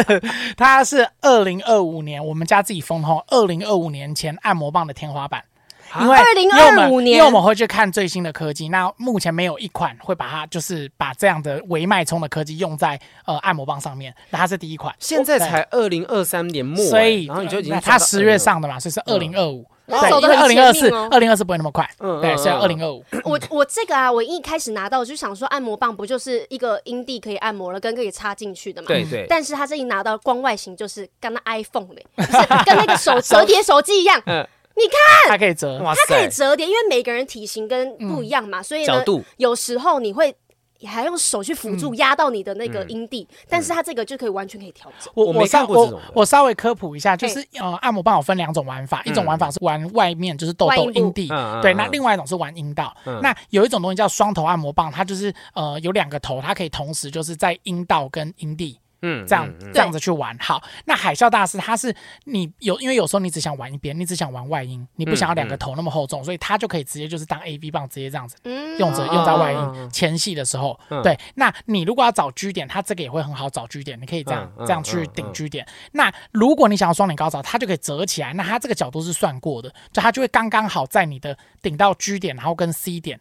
C: 是他是二零二五年我们家自己封号，二零二五年前按摩棒的天花板。
A: 啊
C: 因为
B: 2025
C: 因为我们
B: 年
C: 因为我们会去看最新的科技，那目前没有一款会把它就是把这样的微脉冲的科技用在呃按摩棒上面，那它是第一 款。
A: 现在才二零二三年末、哎
C: 所以，
A: 然后你就已经
C: 那
A: 抓到
C: 他十月上的嘛，所以是二零二五，
B: 哇
C: 对，
B: 走
C: 因
B: 得
C: 为二
B: 很
C: 零二
B: 前
C: 四
B: 面哦，
C: 二零二四不会那么快，
A: 嗯嗯
C: 对，所以
A: 嗯
C: 二零二五，
B: 我我这个啊，我一开始拿到我就想说，按摩棒不就是一个阴蒂可以按摩了，跟可以插进去的嘛？
A: 对
C: 嗯
A: 对
B: 但是它这一拿到，光外形就是跟那 iPhone 的， 就是跟那个手折叠手机一样，
A: 嗯
C: 它可以折，
A: 哇
B: 它可以
A: 塞，
B: 折叠，因为每个人体型跟不一样嘛，所以
A: 嗯角
B: 呢，
A: 度嗯
B: 有时候你会还用手去辅助压到你的那个阴蒂，但是它这个就可以完全可以调整。
C: 我
A: 我没
C: 稍
A: 看过这种
C: 我
A: 的
C: 我稍微科普一下，就
B: 嘿
C: 是呃，按摩棒有分两种玩法，一种玩法是玩外面就是痘
B: 外
C: 痘
B: 阴部
C: 阴蒂
A: 嗯嗯嗯，
C: 对，
A: 嗯
C: 那另外一种是玩阴道。那有一种东西叫双头按摩棒，它就是呃有两个头，它可以同时就是在阴道跟阴蒂。
A: 嗯
C: 这样、
A: 嗯嗯
C: 这样子去玩。好，那海啸大师他是你有，因为有时候你只想玩一边，你只想玩外音，你不想要
A: 嗯
C: 两个头那么厚重，所以他就可以直接就是当 A B 棒直接这样子
B: 嗯
C: 用着
A: 嗯
C: 用在外
A: 嗯嗯嗯
C: 音前戏的时候
A: 嗯，
C: 对。那你如果要找居点，它这个也会很好找居点，你可以这样
A: 嗯嗯
C: 这样去
A: 嗯
C: 顶
A: 嗯
C: 居点。那如果你想要双脸高潮，它就可以折起来，那它这个角度是算过的，就它就会刚刚好在你的顶到居点，然后跟 C 点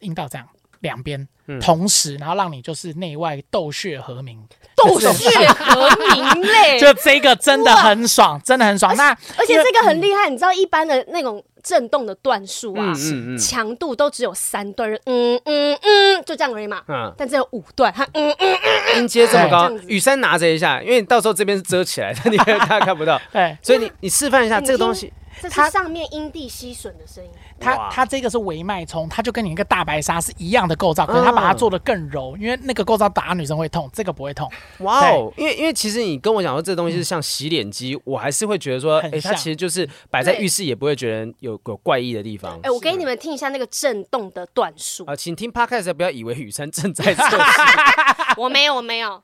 C: 阴道这样两边
A: 嗯
C: 同时，然后让你就是内外斗血和鸣。
B: 斗血和鸣 嘞。
C: 就这个真的很爽，真的很爽。那
B: 而且
C: 因为
B: 这个很厉害，你知道一般的那种震动的段数啊，
A: 嗯嗯嗯
B: 强度都只有三段，就是嗯嗯嗯，就这样而已嘛。
A: 嗯，
B: 但只有五段，它嗯嗯，
A: 音阶这么高
B: 对这样，子
A: 雨山拿着一下，因为你到时候这边是遮起来的， 你看大家看不到，
C: 对
A: 所以你你示范一下
B: 你
A: 这个东
B: 听
A: 西，
B: 这
C: 它
B: 是上面阴蒂吸吮的声音。
A: 哇
C: 它它这个是微脉冲，它就跟你那个大白鲨是一样的构造，可是它
B: 嗯
C: 把它做的更柔，因为那个构造打女生会痛，这个不会痛。
A: 哇哦！因为因为其实你跟我讲说这东西是像洗脸机，我还是会觉得说，
C: 很
A: 哎，它
C: 像
A: 其实就是摆在
B: 对
A: 浴室也不会觉得有有怪异的地方
B: 哎、。我给你们听一下那个震动的段数。
A: 啊，请听 podcast 不要以为雨山正 在测试。
B: 啊我没有，我没有。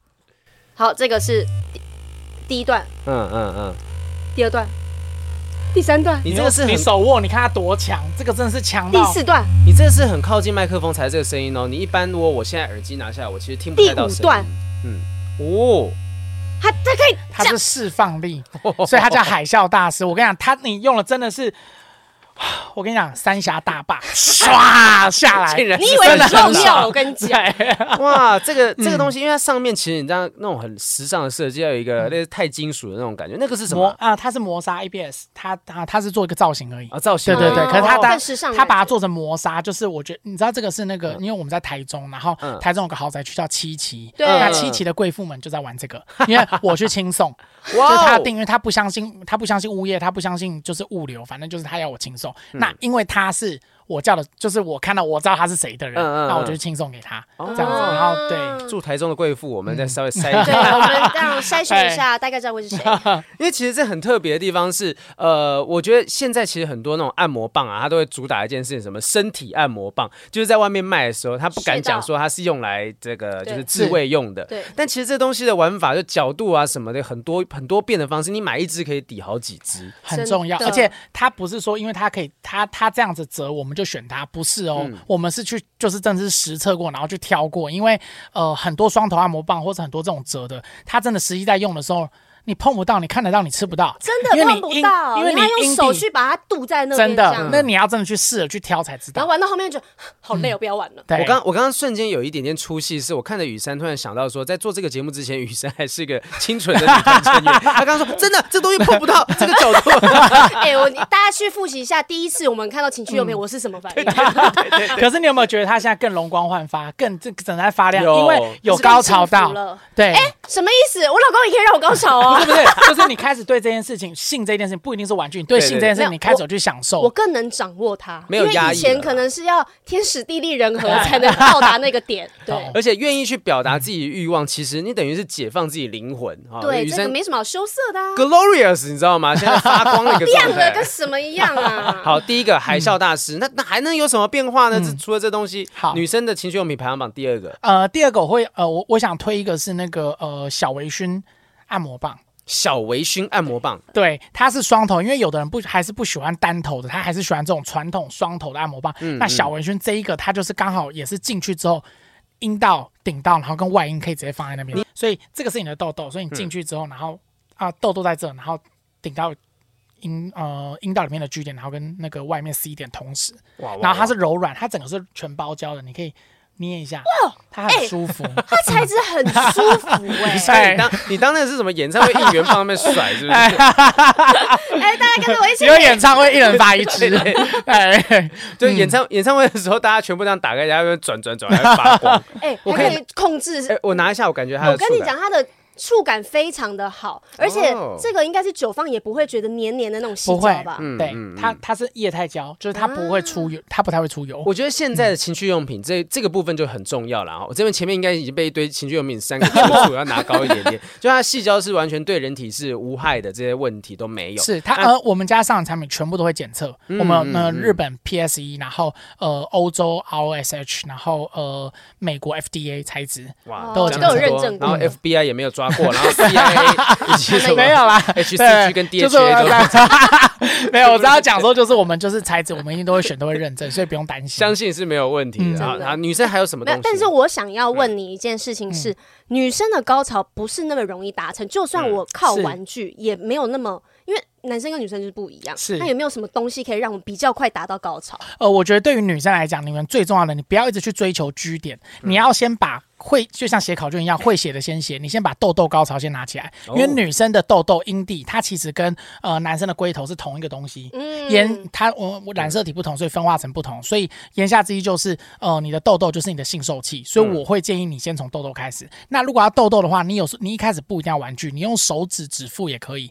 B: 好，这个是第第一段，
A: 嗯嗯嗯，
B: 第二段，第三段，
A: 你这个是
C: 你
A: 很
C: 手握，你看它多强，这个真的是强
B: 第
C: 到。
B: 四段，
A: 你这是很靠近麦克风才这个声音哦。你一般如果我现在耳机拿下来，我其实听不
B: 第
A: 太到
B: 五
A: 声音。
B: 段，
A: 嗯，哦，
B: 它它可以
C: 它是释放力， 所以 它叫海啸大师。我跟你讲，它你用了真的是，我跟你讲，三峡大坝唰下 来，
A: 竟然
B: 你
A: 是
B: 以为
A: 三
B: 你
A: 声
B: 漏
A: 道
B: 尿？我跟你讲，
A: 哇，这
C: 嗯
A: 个这个东西，因为它上面其实你知道那种很时尚的设计，要有一
C: 嗯
A: 个类似钛金属的那种感觉，那个是什
C: 磨
A: 么
C: 啊、它是磨砂 ABS，它它它啊是做一个造型而已。
A: 啊？造型
C: 对
A: 吗？
C: 对对，
B: 哦
C: 可是它
B: 更
C: 它
B: 时尚的
C: 它把
B: 感
C: 它
B: 觉
C: 做成磨砂，就是我觉得你知道这个是那个，因为我们在台中，然后
A: 嗯
C: 台中有个豪宅区叫七期，
B: 对
C: 那
A: 嗯
C: 七期的贵妇们就在玩这个，因为我去 清送，就是
A: 哇
C: 他
A: 哦，
C: 订阅，他不相信，他不相信物业，他不相信就是物流，反正就是他要我轻送。
A: 嗯
C: 那因为他是我叫的，就是我看到我知道他是谁的人，
A: 嗯嗯嗯
C: 那我就轻送给他
A: 哦
C: 这样子。然后对，
A: 住台中的贵妇，我们再稍微塞一
B: 嗯对，啊
A: 下。
B: 我们这样筛选一下，大概知道会是谁。
A: 因为其实这很特别的地方是，呃，我觉得现在其实很多那种按摩棒啊，它都会主打一件事情，什么身体按摩棒，就是在外面卖的时候，他不敢讲说它是用来这个就
B: 对
A: 是自慰用的。
B: 对，
A: 但其实这东西的玩法，就角度啊什么的，很多很多变的方式，你买一支可以抵好几支。
C: 很重要，
B: 真的
C: 而且他不是说因为他可以，他他这样子折我们就选他，不是哦，
B: 嗯
C: 我们是去就是真的是实测过，然后去挑过，因为呃很多双头按摩棒或者很多这种折的，它真的实际在用的时候，你碰不到，你看得到，你吃不到，
B: 真的
C: 因为
B: 碰
C: 你
B: 不
C: 阴
B: 到，
C: 因为
B: 你要用
C: 阴
B: 手
C: 蒂
B: 去把它堵在那边，
C: 真
B: 这
C: 的嗯
B: 样，
C: 那你要真的去试了去挑才知
B: 然后
C: 道。
B: 玩到后面就 好累，哦
A: 嗯
B: 我不要玩了。
C: 对，
A: 我刚我刚刚瞬间有一点点出戏，是我看着雨珊突然想到说，在做这个节目之前，雨珊还是个清纯的女团成员。她刚刚说真的，这东西碰不到这个角度。
B: 哎，我大家去复习一下，第一次我们看到情趣用
A: 嗯
B: 品，我是什么 反应？
C: 可是你有没有觉得他现在更容光焕发，更这整在发亮？
A: 有
C: 因为有高潮
B: 是不是幸福
C: 到
B: 了，哎
C: 对，
B: 什么意思？我老公也可以让我高潮哦
C: 对。不对？就是你开始对这件事情、性这件事情不一定是玩具，你对
A: 对
C: 性这件事
B: 对
C: 情你开始有去享
B: 我
C: 受。
B: 更能掌握它，
A: 没有
B: 因
A: 压
B: 为
A: 抑
B: 以前
A: 了
B: 可能是要天时地 利人和才能到达那个点。对
C: 懂
A: 而且愿意去表达自己欲望，其实你等于是解放自己灵魂哈。
B: 对，
A: 雨
B: 这个
A: 珊
B: 没什么好羞涩的啊，
A: glorious，你知道吗？现在发光的 一个
B: 亮
A: 状态
B: 的跟。什么一样啊？
A: 好，第一个海啸大
B: 嗯
A: 师，那那还能有什么变化呢？这除了这东西，
C: 好
A: 女生的情趣用品排行榜第二个
C: 呃，第二个我会呃，我我想推一个是那个呃小微醺按摩棒。
A: 小微醺按摩棒，
C: 对，它是双头，因为有的人不还是不喜欢单头的，他还是喜欢这种传统双头的按摩棒。
A: 嗯
C: 那小文轩这一个，它就是刚好也是进去之后，阴道顶到，然后跟外阴可以直接放在那
A: 嗯
C: 边，所以这个是你的痘痘，所以你进去之后，然后啊痘痘在这，然后顶到阴呃阴道里面的 G 点，然后跟那个外面 C 点同时，
A: 哇
C: 然后它是柔软，它整个是全包胶的，你可以捏一下，它
B: 哎
C: 很 舒服。
B: 它材质很舒服哎、
A: 你当你当那个是什么演唱会应援放那边 甩是不是？
B: 哎、大家跟着我一 起
C: 有演唱会一人发一支，
A: 嗯
C: 哎，
A: 就演唱演唱会的时候，大家全部这样打开，然后转转转，还会发 光。
B: 哎、
A: 我可以
B: 还可以控制。
A: 哎，我拿一下，我感觉它
B: 我
A: 的触
B: 跟你
A: 感
B: 讲，它的触感非常的好，而且
A: 哦嗯
B: 这个应该是久放也不会觉得黏黏的那种细
C: 不
B: 胶
C: 会
B: 吧？，
C: 对，它它是液态胶，就是它不会出油，它不太会出油。
A: 我觉得现在的情趣用品这这个部分就很重要了啊！我这边前面应该已经被一堆情趣用品三个投 诉，我要拿高一点点。就它细胶是完全对人体是无害的，这些问题都没有。啊嗯
C: 是它呃，我们家上的产品全部都会检测，我们呃日本 PSE，然后呃欧洲 ROSH，然后呃美国 FDA 材质，
A: 哇
B: 都有
A: 讲这么
B: 哦认
A: 多
B: 证过
A: 然后 FBI 也没有抓抓过，然后 CIA 以及什么
C: 嗯没有啦
A: HCG 跟
C: 就是我
A: DHA 都
C: 没有，我只要讲说，就是我们就是才子，我们一定都会选，都会认证，所以不用担心。
A: 相信是没有问
C: 嗯
A: 题的啊。
B: 真的
A: 然后女生还有什么
B: 没
A: 东西？，
B: 有但是我想要问你一件事情
C: 嗯
B: 是，女生的高潮不是那么容易达成，就算我靠
C: 是
B: 玩具，也没有那么，因为男生跟女生就是不一样。
C: 是
B: 那有没有什么东西可以让我比较快达到高潮？
C: 呃，我觉得对于女生来讲，你们最重要的，你不要一直去追求居点，你要先把会就像写考卷一样，会写的先写，你先把痘痘高潮先拿起来，因为
A: 哦
C: 女生的痘痘阴蒂，它其实跟呃男生的龟头是同一个东西。
B: 嗯，
C: 颜它我我染色体不同，所以分化成不同，所以言下之意就是，呃，你的痘痘就是你的性受器，所以我会建议你先从痘痘开始。那如果要痘痘的话，你有时你一开始不一定要玩具，你用手指指腹也可以，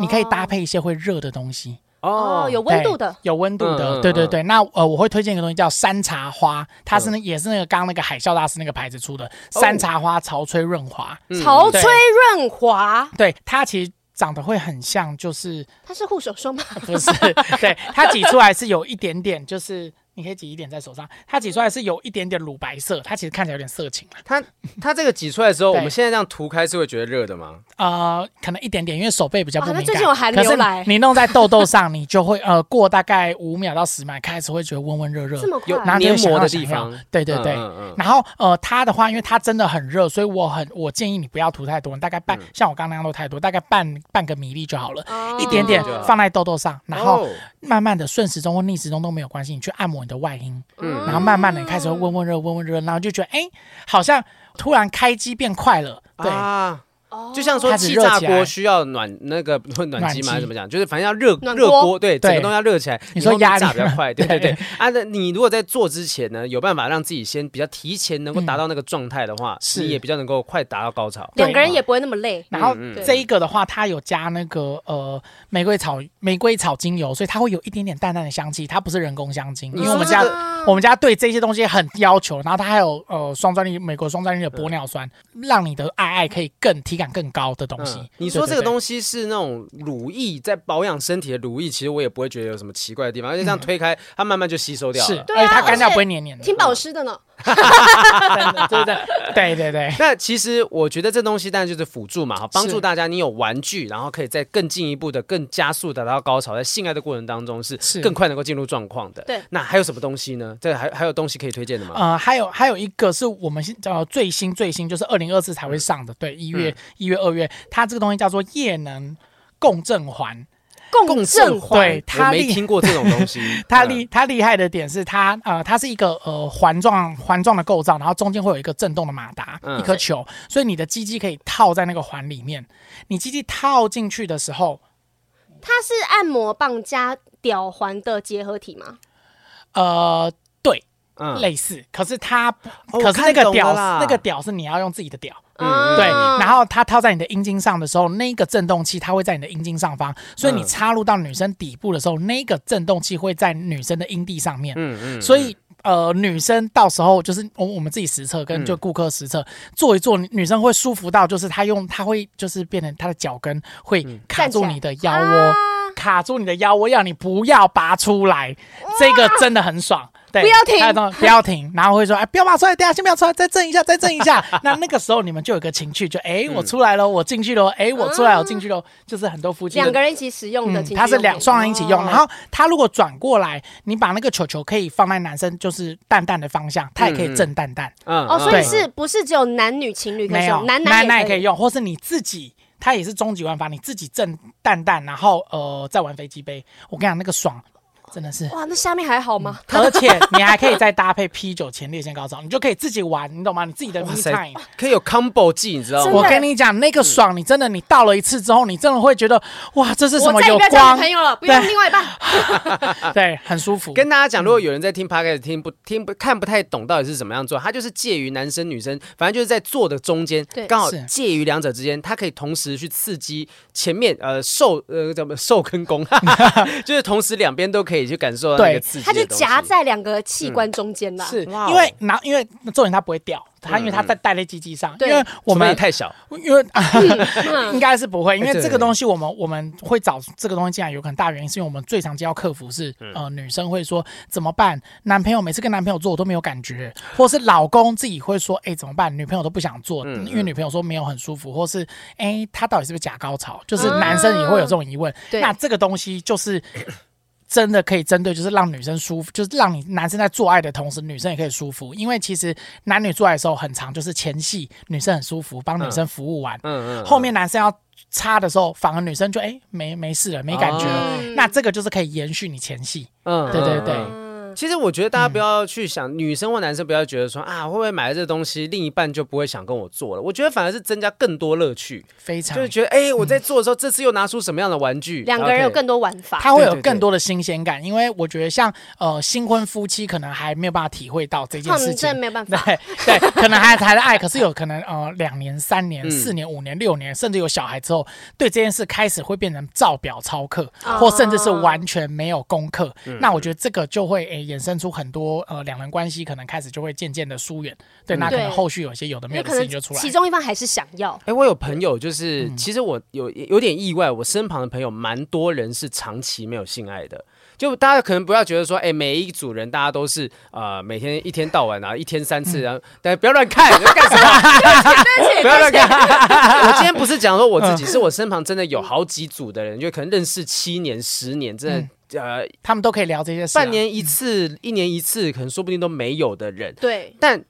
C: 你可以搭配一些会热的东西。
B: 哦，有温度的
C: 对，有温度的，
A: 嗯嗯嗯
C: 对对对。那呃，我会推荐一个东西叫山茶花，它是那、也是那个刚刚那个海啸大师那个牌子出
A: 哦
C: 的山茶花潮吹润滑，
A: 嗯
B: 潮吹润滑，
C: 对它其实。长得会很像，就是
B: 它是护手霜吗？
C: 不是 对它挤出来是有一点点，就是你可以挤一点在手上，它挤出来是有一点点乳白色，它其实看起来有点色情啊，
A: 它它这个挤出来的时候，
C: 对
A: 我们现在这样涂开是会觉得热的吗？
C: 呃，可能一点点，因为手背比较不
B: 哇哦那
C: 敏感。
B: 最近有寒流
C: 可是
B: 来
C: 你弄在痘痘上，你就会呃过大概五秒到十秒开始会觉得温温热热，
B: 这么快
A: 有？
C: 然后你
A: 黏
C: 会想
A: 膜
C: 要
A: 的
C: 想
A: 地
C: 要
A: 方
C: 对对
A: 嗯
C: 对
A: 嗯嗯。
C: 然后呃，它的话，因为它真的很热，所以我很我建议你不要涂太多，你大概
A: 嗯
C: 半像我刚刚那样都太多，大概半半个米粒就好了，
B: 哦
C: 一点点
A: 就好
C: 放在痘痘上，然后
A: 哦
C: 慢慢的顺时钟或逆时钟都没有关系，你去按摩你的外阴，
A: 嗯
C: 然后慢慢的开始会温温热温温热，然后就觉得哎，好像突然开机变快了，对。
A: 啊，
B: 哦
A: 就像说
C: 开始
A: 气
C: 热
A: 炸
C: 起来
A: 锅需要暖那个 不是暖
C: 暖
A: 机吗？还
C: 机
A: 是怎么讲？就是反正要热
B: 暖
A: 热
B: 锅
A: 锅，对，整
C: 对
A: 个东西要热起来。
C: 你说
A: 后面
C: 压力
A: 炸比较
C: 吗
A: 快，对对对
C: 对。
A: 啊，那你如果在做之前呢，有办法让自己先比较提前能够达到那个状态的话，
C: 嗯是
A: 你也比较能够快达到高潮。
B: 两个人也不会那么累。
C: 然后
A: 嗯
B: 嗯
C: 这一个的话，它有加那个呃玫瑰草玫瑰草精油，所以它会有一点点淡淡的香气，它不是人工香精，
A: 嗯你
C: 因为我们
A: 说这
C: 家
A: 个
B: 哦
C: 我们家对这些东西很要求，然后它还有呃双专利美国双专利的
A: 嗯
C: 玻尿酸，让你的爱爱可以更体感更高的东西。
A: 嗯你说这个
C: 西
A: 东西是那种乳液，在保养身体的乳液，其实我也不会觉得有什么奇怪的地方，而且这样推开，它慢慢就吸收掉
C: 嗯是
A: 了，。
B: 对啊
C: 而且它干掉
B: 而且
C: 不会黏黏的，
B: 挺保湿的呢，
C: 对对对对 对，
A: 那其实我觉得这东西当然就是辅助嘛，哈，帮助
C: 是
A: 大家你有玩具，然后可以在更进一步的、更加速地达到高潮，在性爱的过程当中是
C: 是
A: 更快能够进入状况的。
B: 对
A: 那还有什么东西呢？这还还有东西可以推荐的吗？
C: 呃，还有还有一个是我们现呃最新最新，就是二零二四才
A: 嗯
C: 会上的，对，一月一、月二月，它这个东西叫做液能共振环，
B: 共振
A: 振
B: 环。
C: 对
A: 我
C: 它
A: 没
C: 厉。
A: 听过这种东西
C: 它
A: 嗯
C: 厉它厉害的点是它呃它是一个呃环状环状的构造，然后中间会有一个震动的马达，
A: 嗯
C: 一颗球，所以你的鸡鸡可以套在那个环里面。你鸡鸡套进去的时候，
B: 它是按摩棒加吊环的结合体吗？
C: 呃。对，
A: 嗯
C: 类似，可是它，
A: 哦
C: 可
A: 我
C: 是那
A: 看
C: 个
A: 懂
C: 屌
A: 了
C: 是，
A: 啦
C: 那个屌是你要用自己的屌，
A: 嗯
C: 对，
B: 啊
C: 然后它套在你的阴茎上的时候，那个震动器它会在你的阴茎上方，所以你
A: 嗯
C: 插入到女生底部的时候，那个震动器会在女生的阴蒂上面，
A: 嗯嗯
C: 所以。呃，女生到时候就是我我们自己实测
A: 嗯
C: 跟就顾客实测、做一做，女生会舒服到就是她用她会就是变成她的脚跟会
A: 嗯
C: 卡住你的腰窝，
B: 啊
C: 卡住你的腰窝，要你不要拔出来，这个真的很爽。对，
B: 不要停
C: 还有那种不要停，然后会说，哎，不要拔出来，等一下先不要出来，再震一下，再震一 下。那那个时候你们就有个情趣，就哎，
A: 嗯
C: 我出来了，我进去了，哎，我出来，我进去了，就是很多夫妻的
B: 两个人一起使用的
C: 嗯
B: 情趣用品，
C: 它是两双人一起用，
B: 哦
C: 然后它如果转过来，你把那个球球可以放在男生就是蛋蛋的方向，它也可以震蛋蛋，
A: 嗯
B: 哦，
A: 嗯
B: 所以
C: 对
B: 是不是只有男女情侣可以
C: 没
B: 嗯
C: 有
B: 用，男
C: 男
B: 男
C: 也可以
B: 用？
C: 用，或是你自己。它也是终极玩法，你自己震蛋蛋，然后呃再玩飞机杯。我跟你讲，那个爽真的是，
B: 哇，那下面还好吗？
C: 而且你还可以再搭配 P 酒前列腺高潮，你就可以自己玩，你懂吗？你自己的 me
A: 哇
C: time
A: 塞。，可以有 combo 技，你知道
B: 真
A: 吗？
C: 我
B: 的
C: 跟你讲，那个爽，你真的你到了一次之后，你真的会觉得哇，嗯这是什
B: 我
C: 么
B: 再也
C: 有
B: 不要交
C: 光
B: 女？朋友了，不用
C: 对
B: 另外一半。
C: 对，很舒服。
A: 跟大家讲，如果有人在听 podcast 听不听不看不太懂到底是怎么样做，它就是介于男生女生，反正就是在做的中间
B: 对，
A: 刚好
C: 是
A: 介于两者之间，它可以同时 去刺激前面呃受呃怎么受跟攻，就是同时两边都可以以去感受到那个
C: 对
A: 刺激
B: 它
A: 的东
B: 就
A: 西，
B: 夹在两个器官中间啦。
C: 是
A: 哇哦
C: 因为拿，因为重点它不会掉，它因为它
A: 嗯嗯
C: 在戴在机器上，因
B: 对
C: 为我
A: 除非
C: 们
A: 你太小，
C: 因为、啊、
B: 嗯
C: 应该是不会，因为
A: 哎对
C: 这个东西我们我们会找这个东西进来，有很大原因是因为我们最常接到客服是、
A: 嗯
C: 呃女生会说怎么办，男朋友每次跟男朋友做我都没有感觉，或是老公自己会说哎、怎么办，女朋友都不想做，
A: 嗯
C: 因为女朋友说没有很舒服，或是哎、他到底是不是假高潮，就是
B: 啊
C: 男生也会有这种疑问，
B: 对
C: 那这个东西就是。 真的可以针对，就是让女生舒服，就是让你男生在做爱的同时，女生也可以舒服。因为其实男女做爱的时候很长，就是前戏女生很舒服，帮女生服务完，
A: 嗯嗯，
C: 后面男生要插的时候，反而女生就哎、没没事了，没感觉了。
A: 哦
C: 那这个就是可以延续你前戏，
A: 嗯，
C: 对对
A: 嗯
C: 对
A: 嗯
B: 嗯
A: 其实我觉得大家不要去想，女生或男生不要觉得说啊，会不会买了这东西，另一半就不会想跟我做了？我觉得反而是增加更多乐趣，
C: 非常
A: 就是觉得哎、我在做的时候，这次又拿出什么样的玩具？
B: 嗯两个人有
A: 然后可以
B: 更多玩法。
C: 它会有
A: 啊对对对
C: 更多的新鲜感，因为我觉得像呃新婚夫妻可能还没有办法体会到这件
B: 他
C: 事
B: 们
C: 情
B: 真的。没有办法，
C: 对对，可能还谈了爱，可是有可能呃两年、三年、
A: 嗯
C: 四年、五年、六年，甚至有小孩之后，对这件事开始会变成照表操课，
B: 哦
C: 或甚至是完全没有功课。
A: 嗯
C: 那我觉得这个就会诶、衍生出很多呃两人关系可能开始就会渐渐的疏远。
A: 嗯
C: 对，那可能
B: 对
C: 后续有一些有的没
B: 有
C: 有的
B: 可
C: 事
B: 能
C: 情就出来
B: 其
C: 了。
B: 中一方还是想 要。
A: 哎、我有朋友就是，
B: 嗯
A: 其实我有有点意外，我身旁的朋友蛮多人是长期没有性爱的。就大家可能不要觉得说，哎、每一组人大家都是呃每天一天到晚啊，一天三次，然
B: 嗯
A: 后但不要乱看， 你在干什 么？不要乱
B: 啊
A: 看。我今天不是讲说我自己，是我身旁真的有好几组的人，就可能认识七年、十年，
B: 嗯
A: 真的、呃
C: 他们都可以聊这些事、啊。
A: 半年一次、一年一次，可能说不定都没有的人，
B: 对，
A: 但。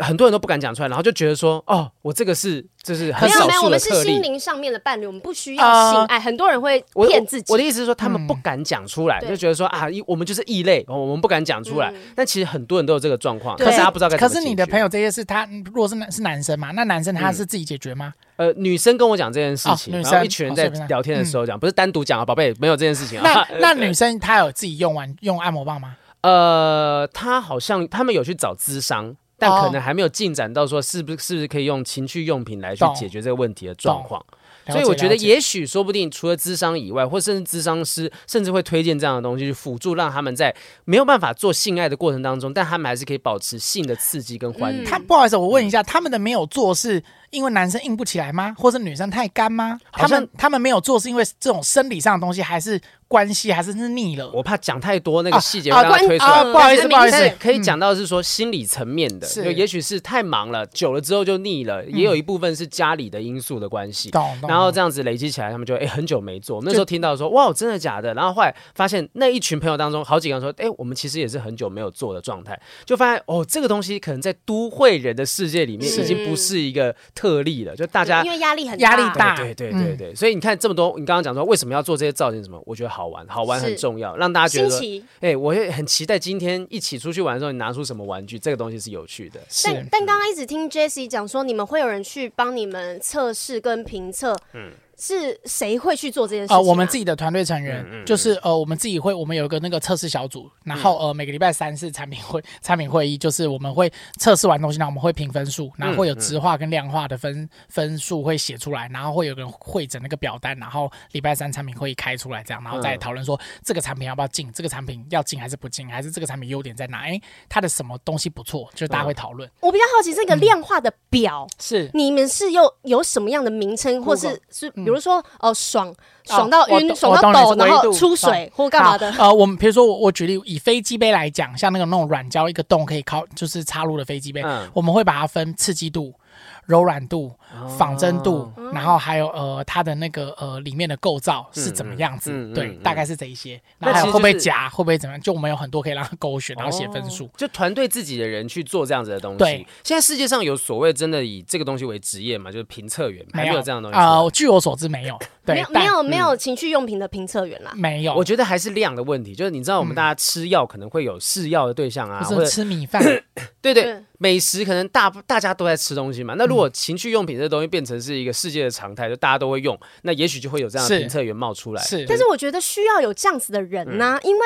A: 很多人都不敢讲出来，然后就觉得说，哦，我这个是，就是很
B: 没有
A: 少
B: 没有，我
A: 数
B: 们
A: 的
B: 是
A: 特例。
B: 心灵上面的伴侣，我们不需要
C: 呃
B: 性爱。很多人会
A: 我
B: 骗自己
A: 我。我的意思是说，他们不敢讲出来，
B: 对
A: 就觉得说啊，一我们就是异类，哦我们不敢讲出来
B: 嗯。
A: 但其实很多人都有这个状况，
B: 对
A: 可是他不知道该怎
C: 可
A: 么
C: 是
A: 进
C: 你的
A: 去
C: 朋友这些事，他如果是男是男生嘛，那男生他是自己解 决吗？
A: 呃，女生跟我讲这件事情，
C: 哦女
A: 然
C: 生
A: 后一群人在
C: 哦是不是
A: 聊天的时候讲，不是单独讲啊，宝贝，没有这件事情啊
C: 那。那女生她有自己用完用按摩棒吗？
A: 呃，他好像他们有去找咨商。但
C: 哦
A: 可能还没有进展到说是不是是不是可以用情趣用品来去
C: 懂
A: 解决这个问题的状况，
C: 了
A: 所以
C: 解
A: 我觉
C: 了
A: 得
C: 解
A: 也许说不定除了咨商以外，或甚至咨商师甚至会推荐这样的东西去辅助，让他们在没有办法做性爱的过程当中，但他们还是可以保持性的刺激跟欢愉。
C: 他不好意思，我问一下，他们的没有做是因为男生硬不起来吗？或是女生太干吗？
A: 好
C: 他
A: 像
C: 们他们没有做是因为这种生理上的东西，还是关系，还是是腻了？
A: 我怕讲太多那个
C: 啊
A: 细节
C: 啊
A: 会让他
B: 关
A: 推出
B: 啊
A: 来。
C: 不好意思
B: 很
C: 不好意思嗯
A: 但
B: 明
A: 是
B: 显
A: 可以讲到是说心理层面的，
C: 是
A: 就也许是太忙
C: 嗯
A: 了，久了之后就腻了，也有一部分是家里的因素的关系。
C: 懂懂。
A: 然后
C: 懂
A: 这样子累积起来，他们就哎、很久没做。我们那时候听到说哇真的假的，然后后来发现那一群朋友当中好几个人说哎、我们其实也是很久没有做的状态，就发现哦这个东西可能在都会人的世界里面
C: 是
A: 已经不是一个特例了，就大家
B: 因为压力很
C: 压力大
A: 对对
C: 嗯
A: 对对对，所以你看这么多，你刚刚讲说为什么要做这些造型什么，我觉得好玩，好玩
B: 是
A: 很重要，让大家觉
B: 新
A: 得说
B: 奇。
A: 哎、我也很期待今天一起出去玩的时候，你拿出什么玩具，这个东西是有趣的。
C: 是嗯
B: 但但刚刚一直听 Jesse 讲说，你们会有人去帮你们测试跟评测，是谁会去做这件事情、啊？
C: 呃，嗯我们自己的团队成员、就是呃，我们自己会，我们有一个那个测试小组，然后、呃，每个礼拜三是产品会 产品会议，就是我们会测试完东西，然后我们会评分数，然后会有直化跟量化的分、分数会写出来，然后会有个人会整那个表单，然后礼拜三产品会议开出来这样，然后再讨论说、这个产品要不要进，这个产品要进还是不进，还是这个产品优点在哪？哎，它的什么东西不错，就大家会讨论。
B: 我比较好奇这个量化的表，
C: 是
B: 你们是又有什么样的名称，或是
C: Google
B: 是比如说哦、爽爽
C: 嗯我
B: 到晕、
C: 懂
B: 爽到
C: 我懂
B: 抖，然
C: 你是维
B: 后
C: 度
B: 出水或干嘛的？
C: 好呃，我们比如说我我举例，以飞机杯来讲，像那个那种软胶一个洞可以靠就是插入的飞机杯，
A: 嗯哦
C: 我们会把它分刺激度。柔软度、仿真度，
B: 嗯
C: 然后还有呃它的那个呃里面的构造是怎么样子，
A: 嗯嗯嗯
C: 对，
A: 嗯
C: 大概是这一些。
A: 那
C: 然后还
A: 其
C: 有
A: 实
C: 会不会
A: 就是
C: 夹，会不会怎么样？就我们有很多可以让它勾选，然后写分数。
A: 就团队自己的人去做这样子的东西。
C: 哦对，
A: 现在世界上有所谓真的以这个东西为职业嘛，就是评测员，还没有这样的东西出来。
C: 啊、呃据我所知没 有，对，
B: 没有
C: 但嗯
B: 没有没有情趣用品的评测员啦，
C: 没有，
A: 我觉得还是量的问题，就是你知道我们大家吃药可能会有试药的对象啊，或
C: 就嗯是
A: 者
C: 吃 米饭，
A: 对对
B: 对
A: 美食可能大大家都在吃东西嘛。那
C: 嗯
A: 如果情趣用品这东西变成是一个世界的常态，就大家都会用，那也许就会有这样的
C: 是
A: 评测员冒出来。
C: 是，
B: 但是我觉得需要有这样子的人
C: 嗯嗯
B: 呐、因为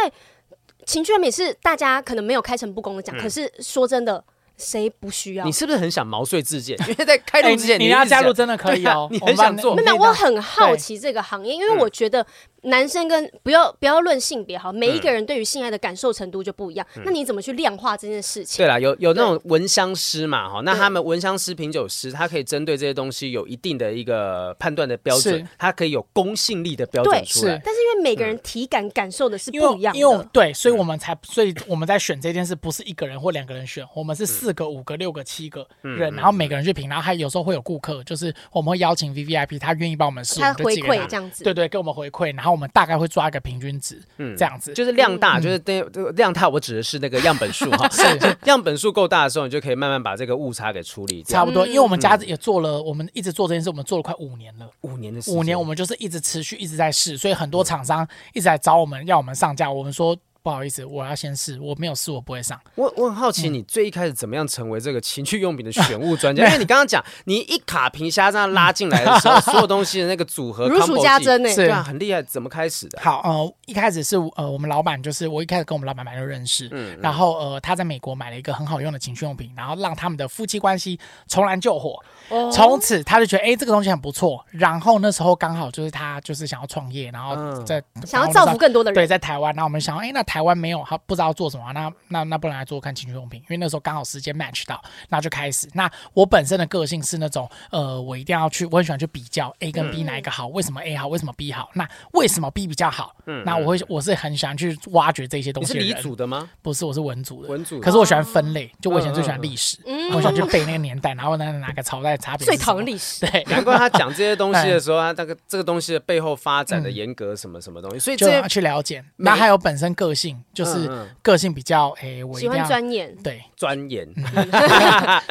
B: 情趣用品是大家可能没有开诚布公的讲，可是说真的。谁不需要
A: 你？是不是很想毛遂自荐？ 因为在开
C: 哎
A: 录之前
C: 你
A: 一直
C: 要加入
A: 讲
C: 真的可以哦
A: 对啊你
C: 我们
A: 很
C: 把
A: 想
C: 那
A: 做
B: 没
C: 那
B: 有，
C: 个
B: 我很好奇这个行业，因为我觉得男生跟不要不要论性别哈，每一个人对于性爱的感受程度就不一样。
C: 嗯
B: 那你怎么去量化这件事情
A: 对？啦，有有那种闻香师嘛，哈，那他们闻香师、品酒师，他可以针对这些东西有一定的一个判断的标准
C: 是，
A: 他可以有公信力的标准
B: 对
A: 出来
C: 是。
B: 但是因为每个人体感感受的是
C: 因为
B: 不一样
C: 嗯因为我
B: 的，嗯
C: 对，所以我们才，所以我们在选这件事，不是一个人或两个人选，我
B: 嗯
C: 们是四个、五个、六个、七个人，然后每个人去评，然后还有时候会有顾客，就是我们会邀请 V V I P，他愿意帮我们试，我
B: 他
C: 们就
B: 回
C: 寄给
B: 馈这样子。
C: 对对，给我们回馈，然后我们大概会抓一个平均值，嗯，这样子，
A: 就是量大，就是对这个量大，我指的是那个样本数 哈。是样本数够大的时候，你就可以慢慢把这个误差给处理掉。
C: 差不
B: 嗯
C: 多，因为我们家也做了，我们一直做这件事，我们做了快五年了。
A: 五年的时间
C: 五年，我们就是一直持续一直在试，所以很
B: 嗯
C: 多厂商一直来找我们要我们上架，我们说不好意思，我要先试，我没有试我不会上。
A: 我我很好
C: 嗯
A: 奇，你最一开始怎么样成为这个情趣用品的选物专 家？因为你刚刚讲，你一卡皮虾这样拉进来的时候，所有东西的那个组合
B: 如数
A: combo
B: 家
A: 技
B: 珍欸
A: 对啊，很厉害。怎么开始的？
C: 好，呃，一开始是呃，我们老板就是我一开始跟我们老板蛮就认识，
A: 嗯
C: 然后呃，他在美国买了一个很好用的情趣用品，然后让他们的夫妻关系重燃救火，
B: 哦
C: 从此他就觉得哎、诶这个东西很不错。然后那时候刚好就是他就是想要创业，然后
A: 嗯
C: 在、
B: 想要造福更多的
C: 对，
B: 人，
C: 在台湾，然后我们想，哎、那台湾没有，他不知道做什么，啊那那那不然来做看情趣用品，因为那时候刚好时间 match 到，然后就开始。那我本身的个性是那种，呃，我一定要去，我很喜欢去比较 A 跟
A: 嗯
C: B 哪一个好，为什么 A 好，为什么 B 好，那为什么 B 比较好？那我会我是很喜欢去挖掘这些
A: 嗯
C: 东
A: 你
C: 西
A: 是
C: 的人。
A: 理组的吗？
C: 不是，我是文组的。
A: 文组的嗯
C: 可是我喜欢分类，就我以前最喜欢历史，我喜欢去背那个年代，然后呢哪个朝代差别。
B: 最讨厌。历史。
C: 对，
A: 难怪他讲这些东西的时候，他那个这个东西的背后发展的严格什么什么东西，所以
C: 嗯就啊
A: 这
C: 要
A: 些
C: 去了解。
A: 每
C: 那还有本身个性，就
A: 嗯
C: 是
A: 嗯
C: 个性比较诶、我
B: 喜
C: 一定
B: 欢
C: 要
B: 钻研，
C: 对，
A: 钻 研，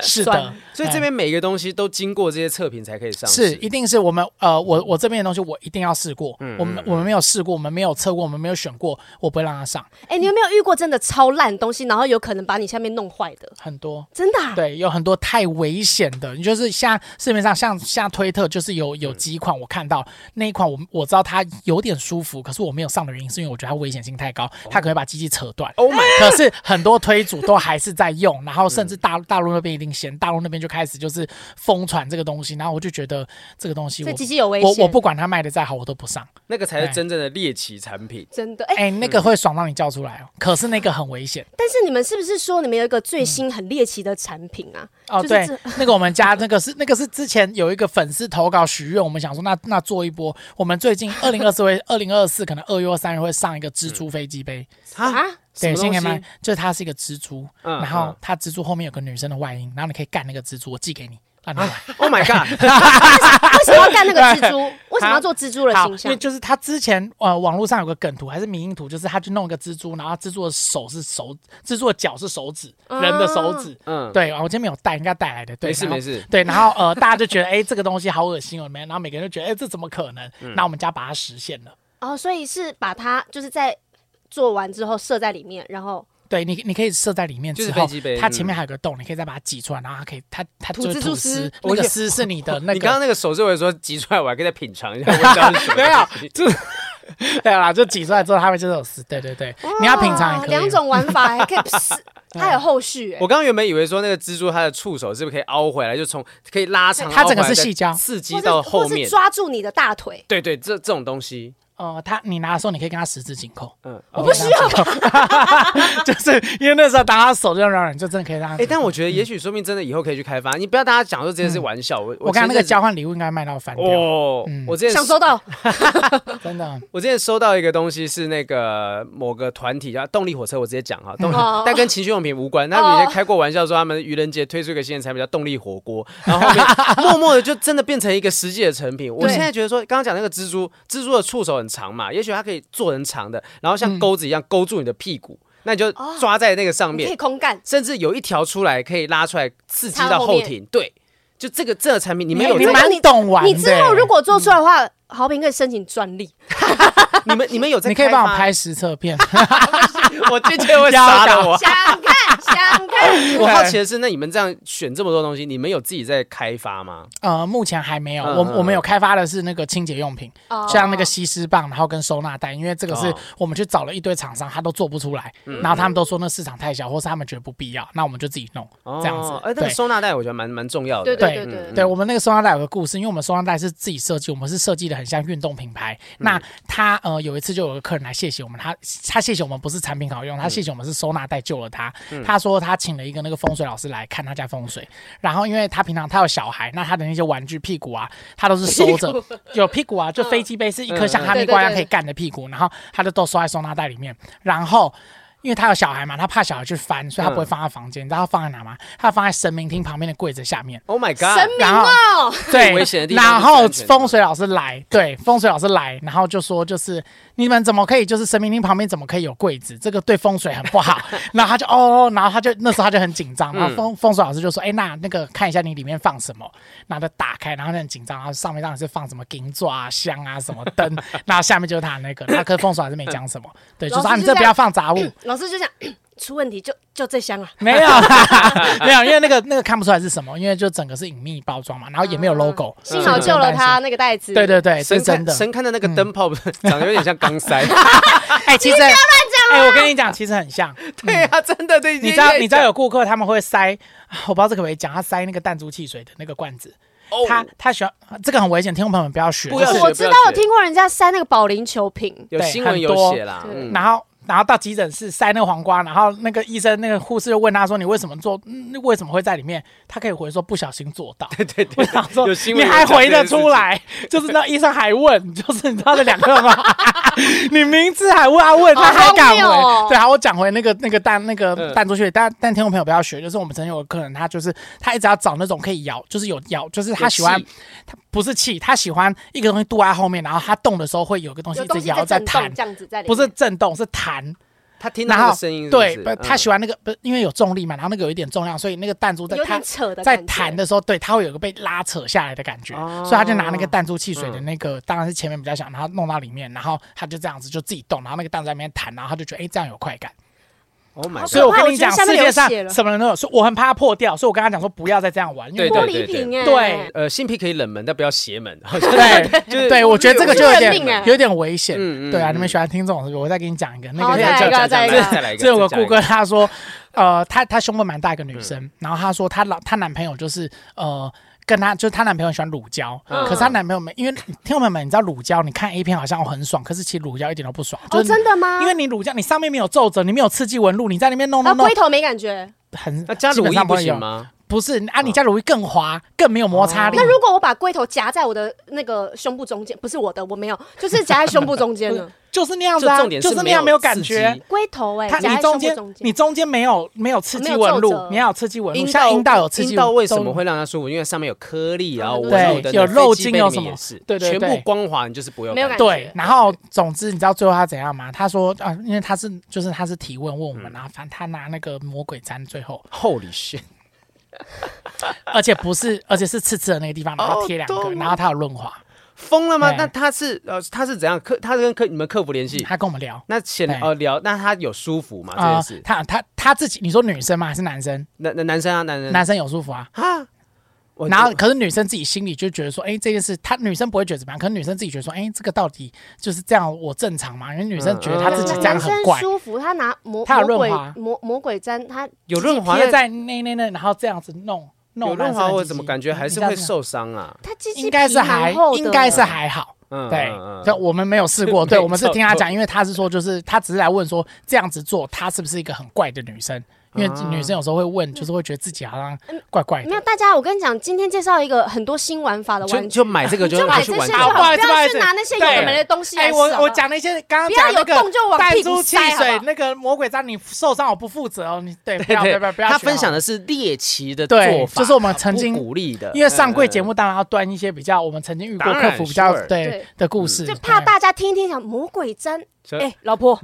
C: 是的
B: 酸，
A: 所以这边每个东西都经过这些测评才可以上
C: 是
A: 市。
C: 一定是我们呃，我我这边的东西我一定要试过，我们我们没有试过，我们没有测过，我们没有选过，我不会让它上
B: 哎、你有没有遇过真的超烂的东西，然后有可能把你下面弄坏的？
C: 很多。
B: 真的、啊？
C: 对，有很多太危险的，你就是像市面上像像推特，就是有
A: 嗯
C: 有几款我看到那一款我我知道它有点舒服，可是我没有上的原因是因为我觉得它危险性太高，它可能会把机器扯断。
A: 哦 Oh my，嗯
C: 可是很多推 主都还是在用，然后甚至大大陆那边一定先，大陆那边就开始就是疯传这个东西，然后我就觉得这个东西
B: 这
C: 我
B: 机器有危
C: 我
B: 险？
C: 我不管它卖的再好，我都不上。
A: 那个才是真正的猎奇产品。
B: 真的哎、
C: 哎、那
A: 嗯
C: 个会爽到你叫出来哦，可是那个很危险
B: 但是你们是不是说你们有一个最新很猎奇的产品啊？
C: 哦。
B: 就是
C: 对
B: 这，
C: 那个我们家那个是那个是之前有一个粉丝投稿许愿，我们想说那那做一波。我们最近二零二四会二零二四可能二月或三月会上一个蜘蛛飞机杯，
A: 啊，
B: 啊，
A: 什
C: 对，
A: 么
C: 先
A: 东
C: 给
A: 西
C: 你们，就是它是一个蜘蛛，
A: 嗯
C: 然后
A: 嗯
C: 它蜘蛛后面有个女生的外阴，然后你可以干那个蜘蛛，我寄给你，让你玩。
A: ？Oh my god！
B: 为什么要干那个蜘蛛？为什么要做蜘蛛的
C: 好
B: 形，
C: 因为
B: 象？
C: 就是他之前呃，网络上有个梗图还是迷因图，就是他去弄一个蜘蛛，然后蜘蛛的手是手，蜘蛛的脚是手指，人的手指。
A: 嗯，
C: 对，哦我今天没有带，应该带来的。对，
A: 没事
C: 然后
A: 没事
C: 对，然后呃，大家就觉得，哎，这个东西好恶心哦，没？然后每个人就觉得，哎，这怎么可能？
A: 嗯
C: 那我们家把它实现了。
B: 哦，所以是把它就是在做完之后射在里面，然后
C: 对你，你可以设在里面
A: 就
C: 之
A: 是
C: 后
A: 飞机杯，嗯
C: 它前面还有个洞，你可以再把它挤出来，然后它可以，它它
B: 吐
C: 就是
B: 蜘蛛
C: 吐
B: 丝
C: 丝，
A: 我
C: 那个
A: 也
C: 丝是 你的那
A: 你刚
C: 个
A: 刚那个手势，我说挤出来，我还可以再品尝一下味道是什么。
C: 没 有，就 对啦，就挤出来之后，它会就是有丝。对对对，哦你要品尝也
B: 哇
C: 可以。
B: 两种玩法，还 可以噗，它有后续、
A: 我
B: 欸。
A: 刚刚原本以为说那个蜘蛛它的触手是不是可以凹回来，就从可以拉长，
C: 它整个
A: 凹回来
C: 是
A: 再
C: 细胶
A: 刺激
B: 或
A: 到
B: 是
A: 后
B: 或是
A: 面。
B: 抓住你的大腿，
A: 对对，这这种东西，
C: 呃，他你拿的时候，你可以跟他十指紧扣，
A: 嗯，
C: 我不需要， 就是因为那时候当他手这样让人，就真的可以让他。
A: 哎，但我觉得也许说不定真的以后可以去开发。你不要大家讲说这些是玩笑，我
C: 我刚刚那
A: 前
C: 个
A: 阵子
C: 交换礼物应该卖到翻掉，
A: 哦，
C: 嗯
A: 我之前
B: 想收到
C: 真的。
A: 我之前收到一个东西是那个某个团体叫动力火车，我直接讲哈，动力
B: 哦，
A: 但跟情趣用品无关。他们以前开过玩笑说他们愚人节推出一个新的产品叫动力火锅，然后后 面默默的就真的变成一个实际的成品。我
B: 对
A: 现在觉得说，刚刚讲那个蜘蛛，蜘蛛的触手很长嘛，也许它可以做成长的，然后像钩子一样勾住你的屁股，那你就抓在那个上
B: 嗯哦你可以
A: 面，
B: 空干，
A: 甚至有一条出来可以拉出来刺激
B: 插
A: 到
B: 后
A: 后
B: 面
A: 庭。对，就这个这个产品，你们
C: 你
A: 有
C: 你
A: 在
B: 这个
C: 蛮懂玩的。
B: 你之后如果做出来的话，豪平可以申请专利，
A: 你们你们有在？
C: 欸你可以帮我拍，实测片，
A: 我拒绝会杀了我。
B: 想看想看，
A: 我好奇的是，那你们这样选这么多东西，你们有自己在开发吗？
C: 呃，目前还没有。
A: 嗯
C: 我
A: 嗯
C: 我们有开发的是那个清洁用品，
B: 哦
C: 像那个吸湿棒，然后跟收纳袋，因为这个是
A: 哦嗯
C: 我们去找了一堆厂商，他都做不出来，然后他们都说那市场太小，或是他们觉得不必要，那我们就自己弄这样子
A: 哦。哎，那个
C: 对
A: 收纳袋我觉得蛮蛮重要的。
B: 对对对
C: 对嗯我们那个收纳袋有个故事，因为我们收纳袋是自己设计，我们是设计的很像运动品牌。那他呃有一次就有个客人来谢谢我们，他他谢谢我们不是产品好用，他谢谢我们是收纳袋救了他。他说他请了一个那个风水老师来看他家风水，然后因为他平常他有小孩，那他的那些玩具屁股啊，他都是收着， 有屁股啊，嗯就飞机杯是一颗像哈密瓜一样可以干的屁股，然后他就都收在收纳袋里面，然后。因为他有小孩嘛，他怕小孩去翻，所以他不会放在房间。你知道他放在哪吗？他放在神明厅旁边的柜子下面。
A: Oh my
B: 神
A: god！
B: 明
C: 然后
B: 哦，
C: 对，
A: 危险的地方
C: 然
A: 是最
C: 后
A: 安全的
C: 风水老师来，对，风水老师来，然后就说就是你们怎么可以就是神明厅旁边怎么可以有柜子？这个对风水很不好。然后他就哦，然后他就那时候他就很紧张，然后风风水老师就说，哎、那那个看一下你里面放什么，然后就打开，然后就很紧张，然后上面当然是放什么金座啊、香啊、什么灯，然后下面就是他那个，那可是风水老师没讲什么，对，就说啊
B: 老师
C: 你
B: 就
C: 这
B: 在
C: 不要放杂物。
B: 老师就想出问题就就这箱啊，
C: 没有啦，没有，因为那个那个看不出来是什么，因为就整个是隐秘包装嘛，然后也没有 logo，、所以
B: 幸好
C: 就不
B: 救
C: 用
B: 了
C: 担心
B: 他那个袋子，
C: 对对对，是
A: 神
C: 真
A: 看
C: 的。嗯
A: 神看的那个灯泡，不是长得有点像钢 塞？
C: 哎，其实不要乱讲哎，我跟你讲，其实很像。 嗯
A: 对啊，真的，这已经
C: 你知道，
A: 在
C: 你知道
A: 讲
C: 有顾客他们会塞，啊我不知道这可不可以讲，他塞那个弹珠汽水的那个罐子。
A: 哦
C: 他他喜欢这个很危险，听众朋友们不要学。
A: 不
C: 就
A: 要
C: 是
A: 学
B: 我知道我听过人家塞那个保龄球瓶，
A: 有
C: 对
A: 新闻
C: 很
A: 有
C: 多
A: 写啦，
B: 对
A: 嗯
C: 然后然后到急诊室塞那个黄瓜，然后那个医生那个护士就问他说：“你为什么做？嗯为什么会在里面？”他可以回说：“不小心做到。”对对对，我想说
A: 有新
C: 你
A: 闻有
C: 还
A: 讲
C: 回
A: 这
C: 得
A: 件事
C: 出来， 就是那医生还问，就是你知道这两 个吗？你明知还问他问，他还敢回。
B: 好荒谬哦
C: 对，好，我讲回那个那个蛋那个
A: 嗯
C: 蛋出去，但但听众朋友不要学，就是我们曾经有个客人，他就是他一直要找那种可以咬，就是有咬，就是他
A: 有
C: 喜欢
A: 气，
C: 他不是气，他喜欢一个东西剁在后面，然后他动的时候会有个东西
B: 有
C: 一
B: 东
C: 直
B: 西
C: 摇在
B: 震
C: 弹
B: 动，这样子在里
C: 不
B: 面，
C: 是震动，是弹。
A: 他听到
C: 然
A: 那
C: 后
A: 个声音是不
C: 对
A: 是，嗯
C: 不他喜
A: 欢
C: 欢那个，不是因为有重力嘛，然后那个有一点重量，所以那个弹珠在
B: 有
C: 它
B: 点扯的
C: 在
B: 感觉
C: 弹的时候，对，它会有一个被拉扯下来的感觉，
A: 哦
C: 所以他就拿那个弹珠汽水的那个，当然是前面比较小，然后弄到里面，然后他就这样子就自己动，然后那个弹珠在那边弹，然后他就觉得哎、这样有快感。
A: ，Oh my
C: 所以
A: god！
C: 我跟你讲，
B: 我觉得下
C: 世
B: 面
C: 界
B: 有
C: 上
B: 血了
C: 什么人都有，所以我很怕它破掉，所以我跟他讲说不要再这样玩，因为
A: 对
B: 玻
A: 对
B: 璃瓶
C: 欸
B: 哎，
C: 对
A: 呃，性癖可以冷门，但不要邪门。
C: 对
A: 就是
C: 对，我觉得这个就有
B: 我觉得有命
C: 点
B: 欸
C: 有点危险。
A: 嗯嗯
C: 对啊，
A: 嗯
C: 你们喜欢听这种是不是？我再给你讲一个，那
B: 好
C: 个
A: 这
B: 再
A: 样
B: 来一个
A: 这样
B: 再来一
A: 这样
B: 个
A: 再来一个，
C: 这有个
A: 再来
C: 顾
A: 一
C: 客他说，呃，她她胸部蛮大一个女生，
B: 嗯
C: 然后她说她老她男朋友就是呃。跟她就是她男朋友喜欢乳胶，
A: 嗯
C: 可
B: 哦
C: 是她男朋友没，因为听众朋友们，你知道乳胶，你看 A 片好像很爽，可是其实乳胶一点都不爽，就
B: 哦，
C: 是你、
B: 真的哦吗？
C: 因为你乳胶你上面没有皱褶，你没有刺激纹路，你在里面弄
B: 然后
C: 弄弄嗯
B: 龟，头没感觉。
C: 很
A: 那加
C: 基
A: 乳
C: 本
A: 液
C: 上不
A: 不
C: 会有
A: 行？吗？
C: 不是啊，你加乳液更滑，更没有摩擦力。
B: 哦那如果我把龟头夹在我的那个胸部中间，不是我的，我没有，就是夹在胸部 中间了。
C: 就是那样子
A: 就
C: 啊，
A: 重点
C: 就是是那
A: 没
C: 样
A: 有
C: 没有感
A: 刺
C: 觉
A: 激。
B: 龟头哎，
C: 它
B: 夹
C: 你
B: 在胸
C: 中
B: 部
C: 间
B: 中间
C: 你，中间没有没有刺
B: 没
C: 激
B: 有
C: 纹
B: 皱
C: 路
B: 褶，
C: 你要有刺激纹路，
A: 阴
C: 像
A: 道
C: 阴道有刺激
A: 阴
C: 纹，
A: 道为什
C: 都
A: 么会让他舒服？因为上面有颗粒啊，
B: 他们
A: 我
B: 都
C: 对
A: 的
C: 有
A: 飞
C: 肉
A: 机
C: 精
A: 杯
C: 有
A: 里
C: 什
A: 面
C: 么
A: 也是，
C: 对对
A: 全部
C: 对
A: 光滑，你就是不有
B: 没有
A: 感
B: 感
A: 觉。
C: 对
B: 觉，
C: 然后总之你知道最后他怎样吗？他说啊，因为他是就是他是提问问我们，然后反正他拿那个魔鬼毡，最后
A: Holy shit！
C: 而且不是而且是刺刺的那个地方，然后贴两
A: 哦
C: 个，
A: 懂
C: 然后他有润滑，
A: 疯了吗？
C: 对
A: 那他是呃，他是怎样客？他是跟客你们客服联系？
C: 他跟我们聊
A: 那显
C: 对
A: 呃聊，那他有舒服吗？这
C: 啊
A: 件事，，
C: 他他他自己，你说女生吗？还是男生？
A: 男男男生啊，男人
C: 男生有舒服啊。
A: 啊，我
C: 然后，可是女生自己心里就觉得说，哎，这件事，她女生不会觉得怎么样，可是女生自己觉得说，哎，这个到底就是这样，我正常吗？因为女生觉得她自己这样
B: 男
C: 很
B: 生
C: 怪，
B: 舒服，他拿魔
C: 它有
B: 魔鬼
C: 润滑
B: 魔魔鬼毡，他
A: 有润滑
C: 她就在那那那，然后这样子弄弄
A: 有
C: 男
A: 润
C: 生的
A: 滑，我
C: 鸡
A: 怎么
C: 鸡
A: 感觉还是
C: 你
A: 会
C: 这样子
A: 受伤啊？
B: 他鸡鸡
C: 应该是
B: 皮蛮
C: 还
B: 厚的
C: 应该是还好。
A: 嗯，
C: 对
A: 嗯，
C: 但我们没有试 过，对
A: 没
C: 我们是听他
A: 错
C: 讲，因为他是说，就是他只是来问说这样子做，她是不是一个很怪的女生？因为
A: 啊
C: 女生有时候会
B: 嗯
C: 问，就是会觉得自己好像怪怪
B: 没
C: 的。
B: 有，大家，我跟你讲，今天介绍一个很多新玩法的
A: 就
B: 玩具，
A: 就买这个
B: 你就
A: 拿
B: 买
A: 去
B: 这
A: 玩
B: 些
A: 就
B: 就
A: 好
C: 啊不好
B: 好，
C: 意
B: 不
C: 思不好意
B: 要
C: 思
B: 去拿那些有
C: 对
B: 的没的东西来
C: 哎，
B: 试。
C: 我
B: 好不
C: 我
B: 好
C: 讲了一些，刚刚
B: 啊不要
C: 讲
B: 有
C: 那个
B: 动就往
C: 弹
B: 屁
C: 珠
B: 股
C: 汽
B: 塞好不
C: 水
B: 好，
C: 那个魔鬼毡，你受伤我不负责哦。你对，不要不
A: 对
C: 要不要不要学好了。
A: 他分享的是猎奇的做
C: 对
A: 法，
C: 就是我们
A: 不
C: 曾经
A: 鼓励的，
C: 因为上柜
A: 嗯
C: 节目当然要端一些比较我们曾经遇过
A: 当
C: 客
A: 然
C: 服比较
A: sure 嗯
C: 对
B: 对
C: 的故事，
B: 就怕
C: 对
B: 大家听一听讲魔鬼毡，
A: 小
B: 哎、老婆，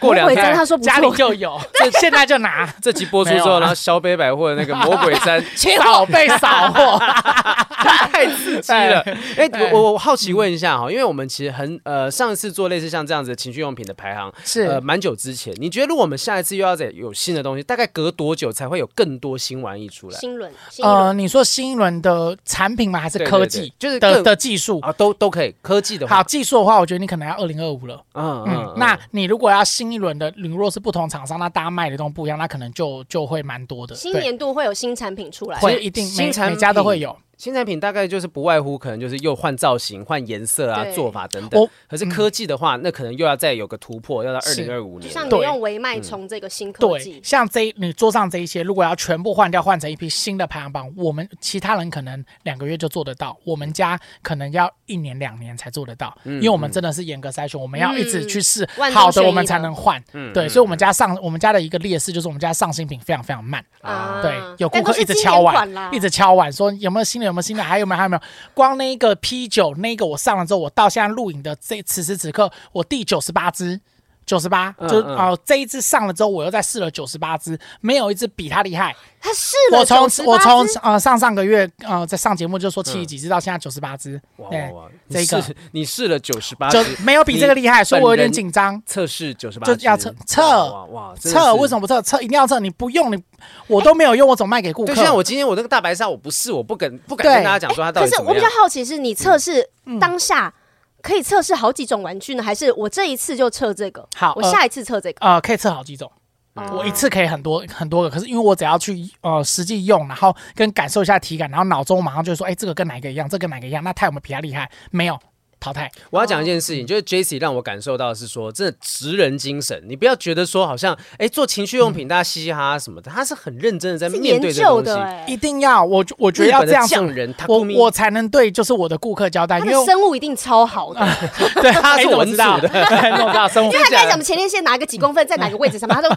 A: 过两
B: 魔鬼
A: 天
B: 毡他说不
C: 家里
B: 错，
C: 就有，现在就拿，
A: 这集播出
C: 没
A: 之
C: 有
A: 后，
C: 啊
A: 然后小北百货的那个魔鬼毡 切
C: 扫被扫货，
A: 太刺激了。哎、
C: 哎
A: 我我我好奇问一下哈，因为我们其实很呃上一次做类似像这样子的情趣用品的排行，
C: 是
A: 呃蛮久之前。你觉得如果我们下一次又要再有新的东西，大概隔多久才会有更多新玩意出来？
B: 新轮，新轮。
C: 呃，你说新一轮的产品吗？还是
A: 对对
C: 科
A: 对
C: 技？
A: 就是
C: 的
A: 更
C: 的技术。
A: 啊，都都可以。科技的
C: 好，
A: 话，
C: 技术的话，我觉得你可能要二零二五了。
A: 嗯
C: 嗯，那你如果要新一轮的，你如果是不同厂商，那大家卖的东西不一样，那可能就就会蛮多的。
B: 新
C: 对
B: 年度会有新产品出来，
C: 会一定
A: 新
C: 每
A: 产
C: 每家都
A: 品
C: 会有。
A: 新产品大概就是不外乎可能就是又换造型、换颜色啊、
B: 对
A: 做法等等
C: 我。
A: 可是科技的话，那可能又要再有个突破，要到二
C: 是
A: 零二五
B: 就
A: 年了。
B: 像你
C: 对
B: 用维脉冲这个新科
C: 对
B: 技，，
C: 像这一你桌上这一些，如果要全部换掉，换成一批新的排行榜，我们其他人可能两个月就做得到，我们家可能要一年两年才做得到，因为我们真的是严格筛选，我们要一直去试
B: 嗯万中
C: 好的，
B: 选一
C: 我们才
B: 的
C: 能换。对，所以我们家上我们家的一个劣势就是我们家上新品非常非常慢。
B: 啊
C: 嗯对，有顾
B: 但都
C: 客
B: 是
C: 一直
B: 经
C: 敲
B: 典
C: 碗
B: 款啦，
C: 一直敲碗说有没有新的，有没有新的，还有没有，还有没有？光那一个 P 九那个我上了之后，我到现在录影的这此时此刻，我第九十八支。九十八，
A: 嗯
C: 就
A: 嗯
C: 哦、这一支上了之后，我又再试了九十八支，没有一支比它厉害。
B: 它试了
C: 我从
B: 98
C: 我从
B: 支
C: 呃上上个月呃在上节目就说七十几支，到现在九十八支，
A: 嗯哇
C: 对
A: 哇哇！
C: 这
A: 你
C: 个
A: 试 你试了九十八，
C: 就没有比这个厉害，所以我有点
A: 你本人
C: 紧张。
A: 测试九十八
C: 就要测测
A: 哇哇
C: 测为什
A: 么？
C: 么不测？测一定要测，你不用你我都没有用，我怎么卖给顾客？
A: 对，像我今天我那个大白鲨，我不试，我不敢不敢
C: 对
A: 跟大家讲说它到
B: 可
A: 底
B: 是
A: 怎
B: 我
A: 么
B: 比较
A: 样。
B: 好奇是你测试
C: 嗯
B: 当下可以测试好几种玩具呢，还是我这一次就测这个？
C: 好
B: 我
C: 呃
B: 下一次测这个。
C: 呃可以测好几种。
A: 嗯
C: 我一次可以很多很多个，可是因为我只要去呃实际用，然后跟感受一下体感，然后脑中马上就说，哎、这个跟哪一个一样，这个跟哪一个一样，那他有没有比他厉害？没有，淘汰。
A: 我要讲一件事情，就是 J C 让我感受到的是说，真的职人精神。你不要觉得说好像哎做情趣
C: 嗯
A: 用品大家嘻嘻哈哈什么的，他是很认真的在
B: 是
A: 呃面
B: 研
A: 对这
B: 究
A: 个东
B: 的
A: 西。
B: 哎、
C: 一定要，我我觉
A: 哦
C: 得
A: 日
C: 要
A: 本
C: 这
A: 的
C: 样子，
A: 匠人，他
C: 我我才能对就是我的顾客交代，
B: 它
C: 因
B: 的
C: 为我
B: 生物一定超好的，
C: 嗯 对他
A: 是文组的
C: 你哎怎么知道生物
B: 因为它该讲我们前列腺哪个几公分在哪个位置上，它都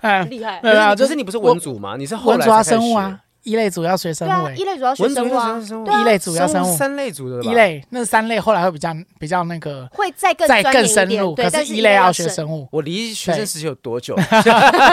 C: 哎，
B: 厉害。
C: 没有没有，
A: 就
C: 就是是
A: 你不是文组吗？你是后
C: 文
A: 来
C: 主要
A: 才开始
C: 生物啊，一类主要学生
B: 对
C: 物
B: 啊，
C: 欸，
B: 一类主要
A: 学，
B: 学
A: 文组
B: 生物啊
A: 就是，生物
B: 对啊
C: 一类主要生物
A: 三类组的吧
C: 一类那三类后来会比较比较那个
B: 会再更
C: 再
B: 钻
C: 更
B: 研一
C: 深
B: 点
C: 入，
B: 对
C: 可
B: 但
C: 是
B: 是
C: 一类要
B: 要
C: 学
B: 深
C: 生物，
A: 我离学生
C: 对
A: 时期有多久？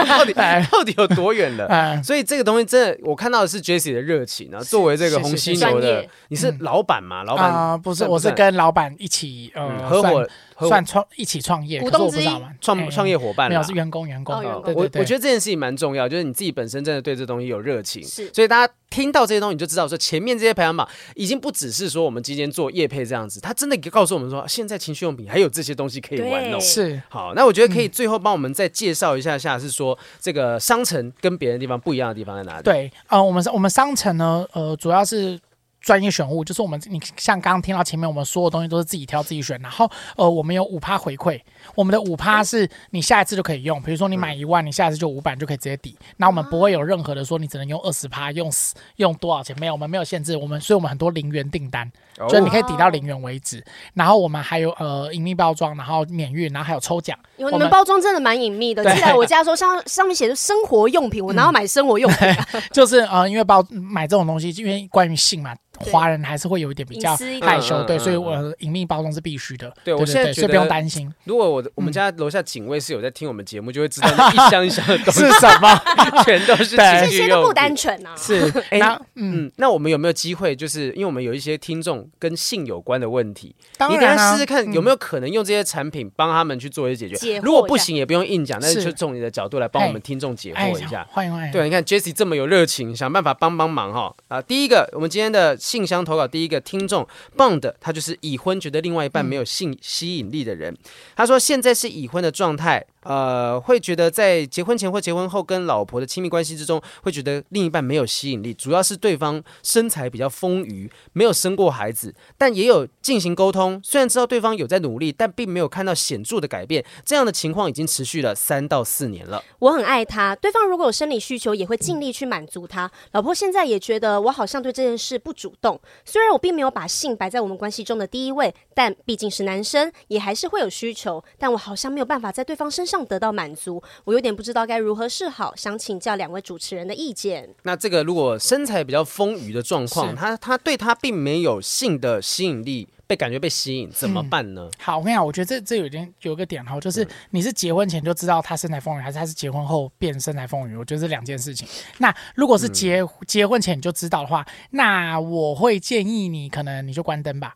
A: 到底
C: 哎
A: 到底有多远了？
C: 嗯，
A: 所以这个东西真的，我看到的是 Jesse 的热情啊。作为这个红犀牛
B: 是是是专
A: 的
B: 业，
A: 你是老板嘛？老板
C: 嗯啊，不是，
A: 算
C: 我是
A: 算
C: 跟老板一起
A: 嗯
C: 呃
A: 合
C: 算
A: 伙合伙
C: 算创一起创业，
B: 股
C: 可是
B: 东
C: 我不
B: 之
C: 知道
B: 一
C: 嘛
A: 创
C: 哎
A: 创业伙伴
C: 没有
A: 啦
C: 是员工员工
B: 哦，员
A: 嗯
B: 工
C: 对
A: 我
C: 对
A: 我
C: 对，
A: 觉得这件事情蛮重要，就是你自己本身真的对这东西有热情，
B: 是
A: 所以大家听到这些东西，你就知道说前面这些排行榜已经不只是说我们今天做业配这样子，他真的告诉我们说，现在情趣用品还有这些东西可以玩哦
B: 对。
C: 是
A: 好，那我觉得可以最后帮我们再介绍一下下，是说这个商城跟别的地方不一样的地方在哪里？，
C: 对，呃，我们我们商城呢，呃，主要是。专业选物就是我们，你像刚刚听到前面，我们所有东西都是自己挑自己选，然后呃，我们有五趴回馈，我们的五
A: 嗯
C: 趴是你下一次就可以用，比如说你买一万，你下一次就五百就可以直接抵，那我们不
A: 哦
C: 会有任何的说你只能用二十趴，用10用多少钱，没有，我们没有限制，我们所以我们很多零元订单，
A: 哦
C: 就是你可以抵到零元为止，然后我们还有呃隐秘包装，然后免运，然后还有抽奖，
B: 有
C: 我
B: 你们包装真的蛮隐秘的，
C: 对嗯
B: 寄来我家说上上面写着生活用品，我哪有买生活用品 啊？
C: 就是呃，因为包买这种东西，因为关于性嘛，
B: 对
C: 华人还是会有一点比较
B: 隐私一点
C: 害羞，
A: 嗯
C: 对，
A: 嗯
C: 所以
A: 嗯
C: 我呃隐秘包装是必须的。
A: 对我现在
C: 对
A: 觉
C: 所以不用
A: 得
C: 担心
A: 如果我的我们家楼下警卫是有在听我们节目，就会知道那一箱一箱的东西
C: 是什么？
A: 全都是
C: 对
B: 这
A: 情趣
B: 些都不
A: 用
B: 单
A: 品。
B: 纯啊。
C: 是
A: 哎
C: 那嗯，
A: 嗯，那我们有没有机会，就是因为我们有一些听众跟性有关的问题，
C: 当
A: 你等一
C: 然
A: 下
C: 啊
A: 试试看有没
C: 有
A: 有可能用这些产品帮他们去做一些解决。
B: 解惑一下
A: 如果不行，也不用硬讲，但是
C: 是
A: 就从你的角度来帮我们听众解惑一下。
C: 哎欢迎欢迎。
A: 对，你看 Jesse 这么有热情，想办法帮帮忙哈啊！第一个，我们今天的信箱投稿第一个听众 Bond，他就是已婚觉得另外一半没有性吸引力的人。他说现在是已婚的状态，呃，会觉得在结婚前或结婚后跟老婆的亲密关系之中，会觉得另一半没有吸引力，主要是对方身材比较丰腴，没有生过孩子，但也有进行沟通。虽然知道对方有在努力，但并没有看到显著的改变。这样的情况已经持续了三到四年了。
B: 我很爱他，对方如果有生理需求，也会尽力去满足他。老婆现在也觉得我好像对这件事不主动，虽然我并没有把性摆在我们关系中的第一位，但毕竟是男生，也还是会有需求，但我好像没有办法在对方身上得到满足，我有点不知道该如何是好，想请教两位主持人的意见。
A: 那这个如果身材比较丰腴的状况，
C: 是
A: 他他对他并没有性的吸引力被感觉被吸引，怎么办呢？
C: 好，我跟你讲，我觉得这这有一点有一个点哈，就是你是结婚前就知道他身材风云，还是他是结婚后变身材风云？我觉得这两件事情。那如果是结、
A: 嗯
C: 结婚前你就知道的话，那我会建议你可能你就关灯吧，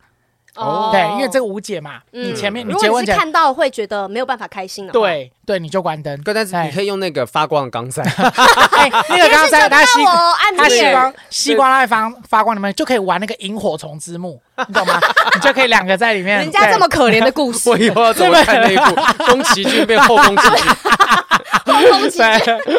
A: 哦
C: 对，因为这个无解嘛。你前面
B: 嗯
C: 你
B: 如
C: 嗯结
B: 果
C: 婚
B: 你是
C: 前
B: 看到会觉得没有办法开心的，，
C: 对对，你就关灯。
A: 哥，但是
C: 哎
A: 你可以用那个发光的钢塞，
C: 哎，那个刚才他吸
B: 我暗
C: 他吸
B: 恋
C: 光吸光在发发光里面就可以玩那个萤火虫 之墓，你懂吗？你就可以两个在里面。
B: 人家这么可怜的 故事，
A: 我以后要怎么看那一部宫崎骏变后宫崎骏？
B: 后 宫情人
C: 对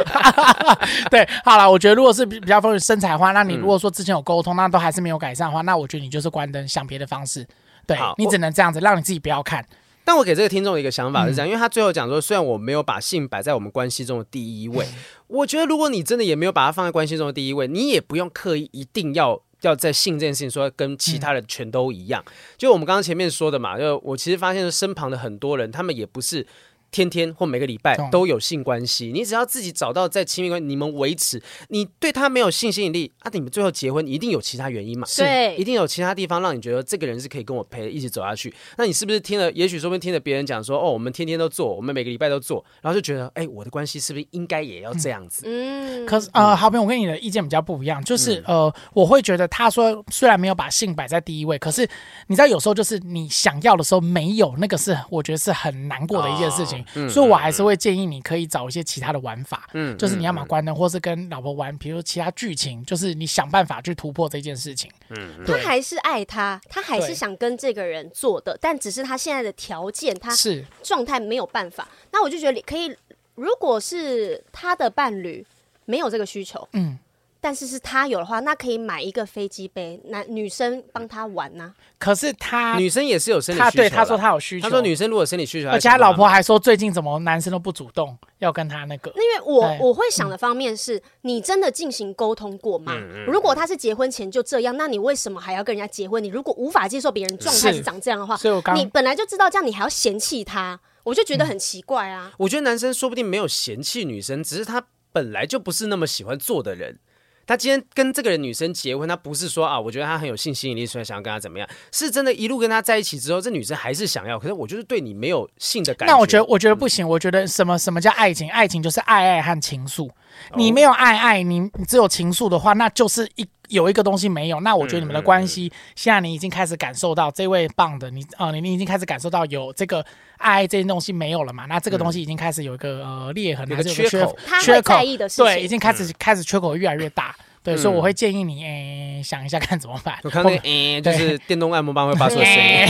C: 对，好了，我觉得如果是比比较丰富身材的话，那你如果说之前有沟通，那都还是没有改善的话，那我觉得你就是关灯，想别的方式。对
A: 好
C: 你
A: 我
C: 只能这样子，让你自己不要看。
A: 但我给这个听众一个想法是这样，因为他最后讲说，虽然我没有把性摆在我们关系中的第一位，我觉得如果你真的也没有把它放在关系中的第一位，你也不用刻意一定要。要在性这件事情说跟其他人全都一样，就我们刚刚前面说的嘛，就我其实发现身旁的很多人，他们也不是天天或每个礼拜
C: 懂
A: 都有性关系，你只要自己找到在亲密关系，你们维持，你对他没有性吸引力啊，你们最后结婚一定有其他原因嘛，
B: 对
A: 一定有其他地方让你觉得这个人是可以跟我陪一起走下去。那你是不是听了？也许说不定听了别人讲说，哦，我们天天都做，我们每个礼拜都做，然后就觉得，哎，我的关系是不是应该也要这样子？
B: 嗯，
C: 可是呃，好比我跟你的意见比较不一样，就是、
A: 嗯
C: 呃，我会觉得他说虽然没有把性摆在第一位，可是你知道有时候就是你想要的时候没有，那个是我觉得是很难过的一件事情，
A: 嗯
C: 所以我还是会建议你可以找一些其他的玩法，嗯，就是你要么关灯，或是跟老婆玩，比如其他剧情，就是你想办法去突破这件事情。嗯，
B: 他
C: 对，
B: 还是爱他，他还
C: 对
B: 是想跟这个人做的，但只是他现在的条件，
A: 啊
B: 他
C: 是
B: 状态没有办法。那我就觉得可以，如果是他的伴侣没有这个需求，
C: 嗯。
B: 但是是他有的话，那可以买一个飞机杯，男女生帮他玩啊呐、
C: 可是他
A: 女生也是有生理需
C: 他
A: 求
C: 对
A: 啦。
C: 他说他有需求，
A: 他
C: 啊
A: 说女，生如果有生理需求，啊
C: 而且他老婆还说最近怎么男生都不主动要跟他那个，
B: 那因为我
C: 对嗯
B: 我会想的方面是，你真的进行沟通过吗？如果他是结婚前就这样，那你为什么还要跟人家结婚？你如果无法接受别人状态
C: 是
B: 是长这样的话，
C: 所以我刚
B: 你本来就知道这样，你还要嫌弃他，我就觉得很奇怪啊。
C: 嗯
A: 我觉得男生说不定没有嫌弃女生，只是他本来就不是那么喜欢做的人。他今天跟这个人女生结婚，他不是说啊，我觉得他很有性吸引力，所以想要跟他怎么样，是真的，一路跟他在一起之后，这女生还是想要，可是我就是对你没有性的感觉。嗯
C: 那我觉得，我觉得不行。我觉得什么什么叫爱情？爱情就是爱爱和情
A: 哦
C: 愫。你没有爱爱，你你只有情愫的话，那就是一有一个东西没有。那我觉得你们的关
A: 嗯
C: 系，现在你已经开始感受到这位棒的你啊、呃，你你已经开始感受到有这个爱爱这件东西没有了嘛？那这个东西已经开始有一个呃裂痕，
A: 嗯有
C: 还
A: 个
C: 是有
A: 缺口嗯
B: 他会
C: 缺口
B: 在意的事情
C: 对，已经开始开始缺口越来越大。对，所以我会建议你，诶、想一下看怎么办。
A: 我看那个
C: 会，
A: 诶、就是电动按摩棒会发出的声 音。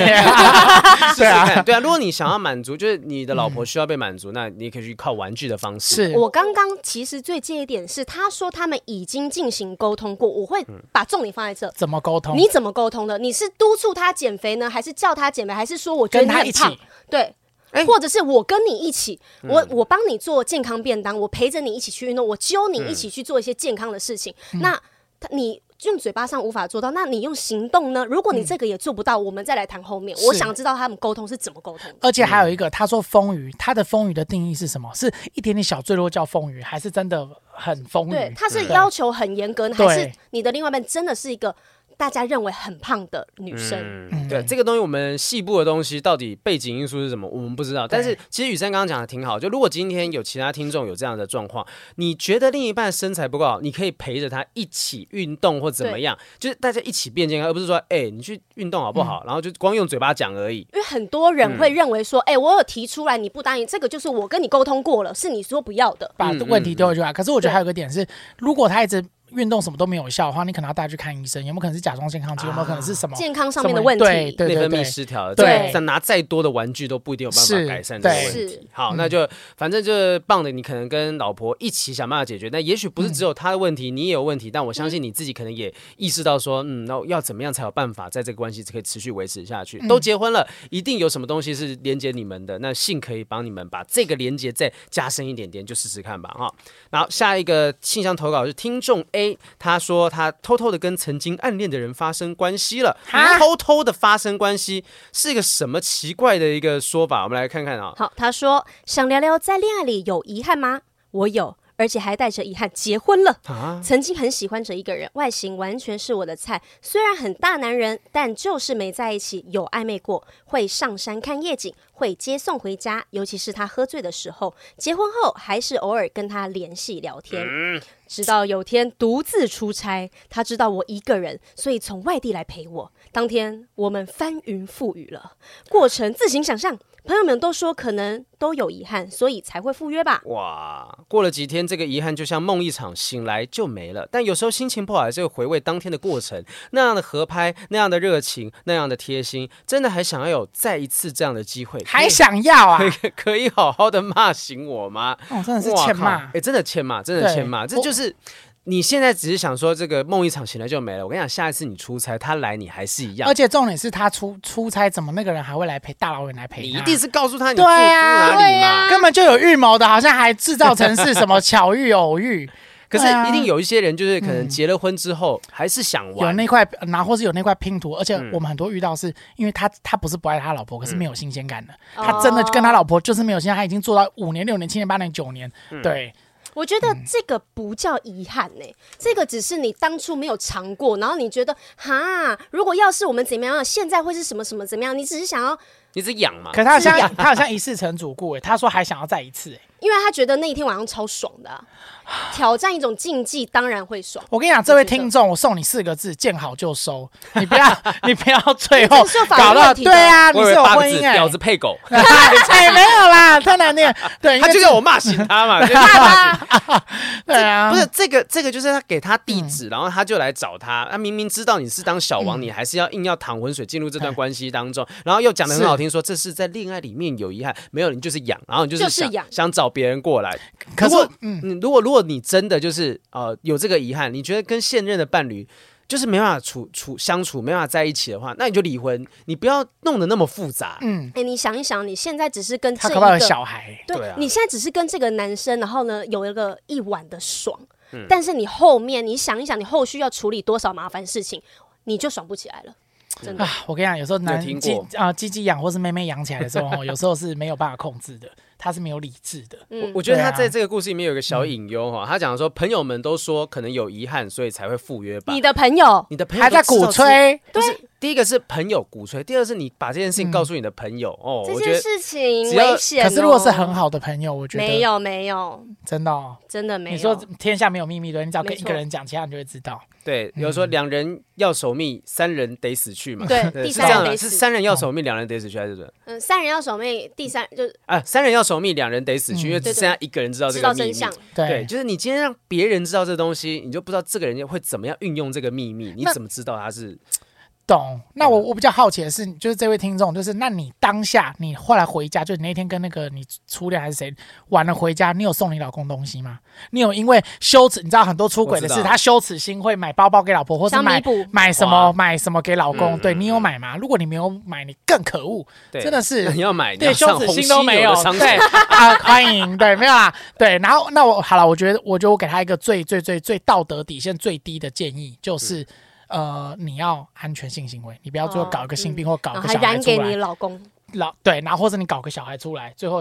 C: 对啊，
A: 对啊，如果你想要满足，就是你的老婆需要被满足，那你也可以去靠玩具的方式。
C: 是
B: 我刚刚其实最介意一点是，他说他们已经进行沟通过，我
C: 嗯
B: 会把重点放在这。
C: 怎么沟通？
B: 你怎么沟通的？你是督促他减肥呢，还是叫他减肥，还是说我觉得
C: 跟
B: 你
C: 他一
B: 很
C: 起
B: 胖？对。或者是我跟你一起，我我帮你做健康便当，我陪着你一起去运动，我揪你一起去做一些健康的事情。那他你用嘴巴上无法做到，那你用行动呢？如果你这个也做不到，我们再来谈后面。我
C: 是
B: 想知道他们沟通是怎么沟通的。
C: 而且
A: 嗯
C: 还有一个，他说风雨，他的风雨的定义是什么？是一点点小坠落叫风雨，还是真的很风雨？
B: 对，他是要求很严格，还是
C: 嗯对
B: 你的另外一半真的是一个大家认为很胖的女生？
A: 嗯，对这个东西，我们细部的东西到底背景因素是什么，我们不知道。但是其实雨珊刚刚讲的挺好，就如果今天有其他听众有这样的状况，你觉得另一半身材不够好，你可以陪着他一起运动或怎么样，就是大家一起变健康，而不是说，哎、你去运动好不好？然后就光用嘴巴讲而已。
B: 因为很多人会认为说，哎、我有提出来你不答应，这个就是我跟你沟通过了，是你说不要的。
C: 把问题丢回去
A: 嗯
C: 啊。可是我觉得还有个点是，如果他一直运动什么都没有效的话，你可能要带他去看医生，有没有可能是甲状腺
A: 啊
C: 亢进？有没有可能是什么
B: 健康上
C: 什
B: 面
C: 么
B: 的问题，
C: 对对
A: 内
C: 对
A: 分
C: 对
A: 泌，失调了，
C: 对
A: 再拿再多的玩具都不一定有办法
C: 是
A: 改善这个
C: 对嗯
A: 问
B: 是
A: 题。好，那就反正就是棒的，你可能跟老婆一起想办法解决。但也许不
C: 嗯
A: 是只有他的问题，你也有问题。但我相信你自己可能也意识到说，嗯，那要怎么样才有办法在这个关系可以持续维持下去？都结婚了，一定有什么东西是连接你们的，那性可以帮你们把这个连接再加深一点点，就试试看吧，哈。然后下一个信箱投稿是听众 A，他说他偷偷的跟曾经暗恋的人发生关系了，
C: 哈
A: 偷偷的发生关系是一个什么奇怪的一个说法？我们来看看啊。
B: 好，他说想聊聊在恋爱里有遗憾吗？我有，而且还带着遗憾结婚了。
A: 啊，
B: 曾经很喜欢着一个人，外形完全是我的菜，虽然很大男人，但就是没在一起，有暧昧过，会上山看夜景，会接送回家，尤其是他喝醉的时候。结婚后还是偶尔跟他联系聊天，直到有天独自出差，他知道我一个人，所以从外地来陪我。当天我们翻云覆雨了，过程自行想象。朋友们都说可能都有遗憾，所以才会赴约吧。
A: 哇！过了几天，这个遗憾就像梦一场，醒来就没了。但有时候心情不好，还是会回味当天的过程，那样的合拍，那样的热情，那样的贴心，真的还想要有再一次这样的机会。
C: 还
A: 可以
C: 想 要啊？
A: 可以好好的骂醒我吗？
C: 哦，真的是
A: 哇
C: 欠
A: 靠
C: 骂
A: 哎、。真的欠骂，真的
C: 对
A: 欠骂，这
C: 我
A: 就是。你现在只是想说这个梦一场醒来就没了，我跟你讲，下一次你出差，他来你还是一样
C: 而，且重点是他出出差，怎么那个人还会来陪大老远来陪他？
A: 你一定是告诉他你住
C: 对
A: 住哪
C: 啊
A: 里嘛。
C: 根本就有预谋的，好像还制造成是什么巧遇偶遇，
A: 可是
C: 对啊嗯
A: 一定有一些人就是可能结了婚之后还是想
C: 有
A: 玩，嗯
C: 那块，然后或是有那块拼图，而且我们很多遇到是因为他他不是不爱他老婆，可是没有新鲜感的，
B: 哦
C: 他真的跟他老婆就是没有新鲜，他已经做到五年、六年、七年、八年、九年，
A: 嗯
C: 对，
B: 我觉
C: 嗯
B: 得这个不叫遗憾呢、这个只是你当初没有尝过，然后你觉得哈，如果要是我们怎么样，现在会是什么什么怎么样？你只是想要，
A: 你只养嘛
C: 可。是他好
B: 是
A: 啊
C: 像
B: 呀
C: 他好像一世成主顾，哎，他说还想要再一次，哎，
B: 因为他觉得那一天晚上超爽的啊、挑战一种竞技当然会爽。
C: 我跟你讲，这位听众，我送你四个字：见好就收。你不要，你不要最后
B: 这是有法律
C: 搞到
B: 问题的
C: 对啊，你
A: 我以
C: 是
A: 为
C: 有
A: 八个
C: 婚
A: 字，
C: 姻哎、
A: 婊子配狗，
C: 哎，没有啦，太 难念。对，
A: 他就
C: 因为
A: 叫我骂醒他 嘛，就是骂醒。
C: 这对啊，嗯
A: 不是这个，这个就是他给他地址，然后他就来找他。他明明知道你是当小王，你还是要硬要淌浑水进入这段关系当中，然后又讲的很好听，说这是在恋爱里面有遗憾，没有你就是痒，然后你就是
B: 就是
A: 想
B: 痒
A: 想找别人过来。
C: 可是
A: 如果嗯，如果如果你真的就是呃有这个遗憾，你觉得跟现任的伴侣。就是没办法处处相处，没办法在一起的话，那你就离婚，你不要弄得那么复杂。
C: 嗯，
B: 哎、你想一想，你现在只是跟这
C: 他
B: 一
C: 可不好有
B: 个
C: 小孩。
B: 对
A: 对啊
B: 你现在只是跟这个男生，然后呢有一个一晚的爽，
C: 嗯
B: 但是你后面你想一想，你后续要处理多少麻烦事情，你就爽不起来了，真的
C: 啊。，我跟你讲，有时候男
A: 有听
C: 鸡
A: 过
C: 啊鸡鸡养或是妹妹养起来的时候，哦有时候是没有办法控制的，他是没有理智的。
B: 嗯
A: 我我觉得
C: 对啊嗯
A: 他在这个故事里面有一个小隐忧哈，他讲说朋友们都说可能有遗憾，所以才会赴约吧。
B: 你的朋友
A: 你的朋友
C: 还
A: 都
C: 在
A: 知
C: 鼓
A: 道是，
C: 吹，
A: 不是第一个是朋友鼓吹，第二是你把这件事情告诉你的朋友、哦，
B: 这
A: 我觉
B: 件
A: 得
B: 事情
A: 只要
B: 危险、哦。
C: 可是如果是很好的朋友，我觉得
B: 没有没有，
C: 真的哦。
B: 真的没有。
C: 你说天下没有秘密的，你只要跟
B: 没
C: 一
B: 错
C: 个人讲，其他人就会知道。
A: 对，有说两人要守密，三人得死去嘛，
B: 对 第
A: 是
B: 三
A: 这样的，
B: 人得
A: 是
B: 死
A: 三人要守密，两人得死去还是什么？
B: 嗯，三人要守妹，第三就是
A: 啊，三人要守密，两人得死去，因为只
B: 对对
A: 剩下一个人知道这
B: 知
A: 个
B: 道
A: 秘密
B: 真。相。
A: 对，
C: 对，
A: 就是你今天让别人知道这东西，你就不知道这个人会怎么样运用这个秘密，你
C: 那
A: 怎么知道他是？
C: 懂。那
A: 嗯
C: 我我比较好奇的是，就是这位听众，就是那你当下你后来回家，就你那天跟那个你初恋还是谁玩了回家，你有送你老公东西吗？你有因为羞耻，你知道很多出轨的
A: 我
C: 事，
A: 知道
C: 他羞耻心会买包包给老婆，或是
B: 想弥
C: 买
B: 补
C: 买什么
A: 哇
C: 买什么给老公。
A: 嗯
C: 对你有买吗？如果你没有买，你更可恶，
A: 对，
C: 真 的是
A: 你要买，你
C: 对
A: 要
C: 羞
A: 上
C: 耻
A: 红
C: 心
A: 犀
C: 都
A: 牛
C: 没有
A: 的，商
C: 对
A: 城。
C: 啊，欢迎，对，没有啦，对，然后那我好了，我觉得，我觉得我给他一个最最最最道德底线最低的建议，
A: 嗯
C: 就是。呃，你要安全性行为，你不要最后
B: 哦
C: 搞一个性病或搞
B: 然后
C: 一个
B: 还
C: 小孩
B: 染给
C: 出
B: 你
C: 来，
B: 老公，
C: 老对，然后或者你搞个小孩出来，最后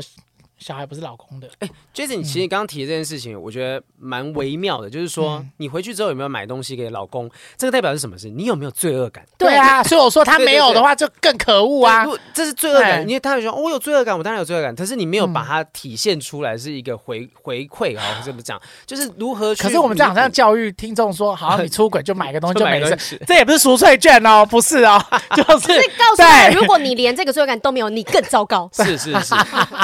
C: 小孩不是老公的，
A: 哎 Jason，你其
C: 嗯
A: 实刚刚提的这件事情，我觉得蛮微妙的，就是
C: 嗯
A: 说你回去之后有没有买东西给老公，这个代表是什么事？你有没有罪恶感？
C: 对啊，所以我说他
A: 对对
C: 没有的话就更可恶啊
A: 如，果这是罪恶
C: 哎
A: 感，因为他会说、哦我有罪恶感，我当然有罪恶感，可是你没有
C: 嗯
A: 把它体现出来，是一个回回馈啊，或者怎么讲，就是如何去弥补。
C: 可是我们这样好像教育听众说，好，你出轨就买个东西就
A: 就买
C: 没
A: 个
C: 事
A: 东西，。
C: 这也不是赎罪券哦，不是哦， 就是
B: 告诉他，
C: 对
B: 如果你连这个罪恶感都没有，你更糟糕
A: 是是是，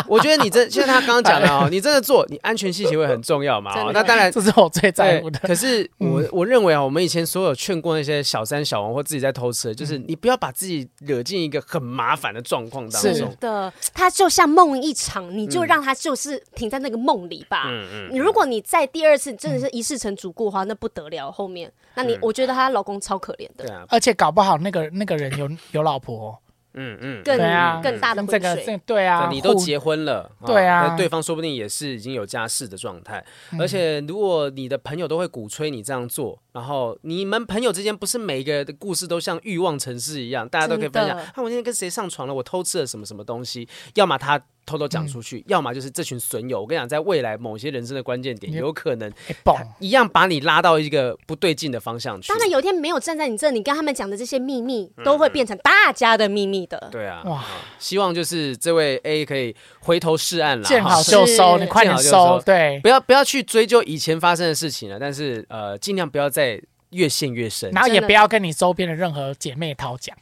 A: 我觉得你真就像他刚刚讲的哦，你真的做，你安全性行为很重要嘛。
B: 真
A: 哦
B: 的
A: 那当然
C: 这是我最在
A: 对
C: 乎的，。嗯
A: 可是我、我认为啊，我们以前所有劝过那些小三、小王或自己在偷吃的，
C: 嗯
A: 就是你不要把自己惹进一个很麻烦的状况当
C: 是嗯
A: 中
B: 真。的，他就像梦一场，你就让他就是停在那个梦里吧。
A: 嗯
B: 你如果你在第二次真的是一世成主顾的话，那不得了。后面，那你我觉得她老公超可怜
A: 嗯对
B: 的，
A: 啊，
C: 而且搞不好那个那个人有有老婆，
A: 嗯嗯，
B: 更
C: 对啊
B: 更大的
C: 这
B: 浑
C: 个
B: 水。
C: 这对啊，
A: 呃对你都
C: 互
A: 结婚了，
C: 对啊嗯
A: 那对方说不定也是已经有家室的状态，而且如果你的朋友都会鼓吹你这样做，然后你们朋友之间不是每一个的故事都像欲望城市一样，大家都可以分享
B: 真的。
A: 啊，我今天跟谁上床了？我偷吃了什么什么东西？要么他偷偷讲出
C: 嗯
A: 去，要么就是这群损友。我跟你讲，在未来某些人生的关键点，
C: 你
A: 有可能
C: 哎嘣，
A: 一样把你拉到一个不对劲的方向去
B: 当。然有一天没有站在你这，你跟他们讲的这些秘密，
A: 嗯
B: 都会变成大家的秘密的。
A: 对啊，
C: 哇，
A: 希望就是这位 A 可以回头是岸啦。
C: 见
A: 哈
C: 好就是收，你快点
A: 见好就
C: 收
A: 收，
C: 对。
A: 不要不要去追究以前发生的事情了，但是呃，尽量不要再越陷越深。
C: 然后也
B: 真的
C: 不要跟你周边的任何姐妹讨讲，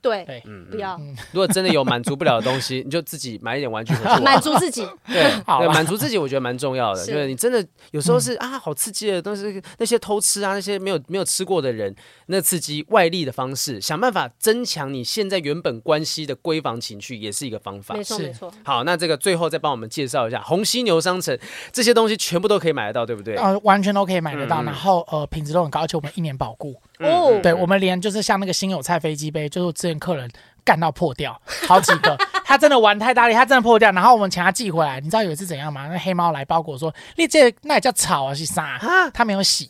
B: 对
C: 对
A: 嗯
B: 不要
A: 如果真的有满足不了的东 西，你就自己买一点玩具回去玩
B: 满足 自己，
A: 对，
C: 好
A: 对，
C: 吧
A: 满足自己，我觉得蛮重要的。
B: 是嗯
A: 就是你真的有时候是、啊，好刺激的，但是那些偷吃啊，那些没有没有吃过的人，那刺激外力的方式，想办法增强你现在原本关系的闺房情趣，也是一个方法
B: 没。错
C: 是
B: 没错。
A: 好，那这个最后再帮我们介绍一下红犀牛商城，这些东西全部都可以买得到，对不对？
B: 哦
C: 呃，完全都可以买得到，
A: 嗯嗯
C: 然后呃品质都很高，而且我们一年保固。
A: 嗯
B: 哦，
C: 对，我们连就是像那个新有菜飞机杯，就是之前客人干到破掉，好几 个，他真的玩太大力，他真的破掉，然后我们请他寄回来，你知道有一次怎样吗？那黑猫来包裹说，你这那也叫草啊，是啥？他没有洗。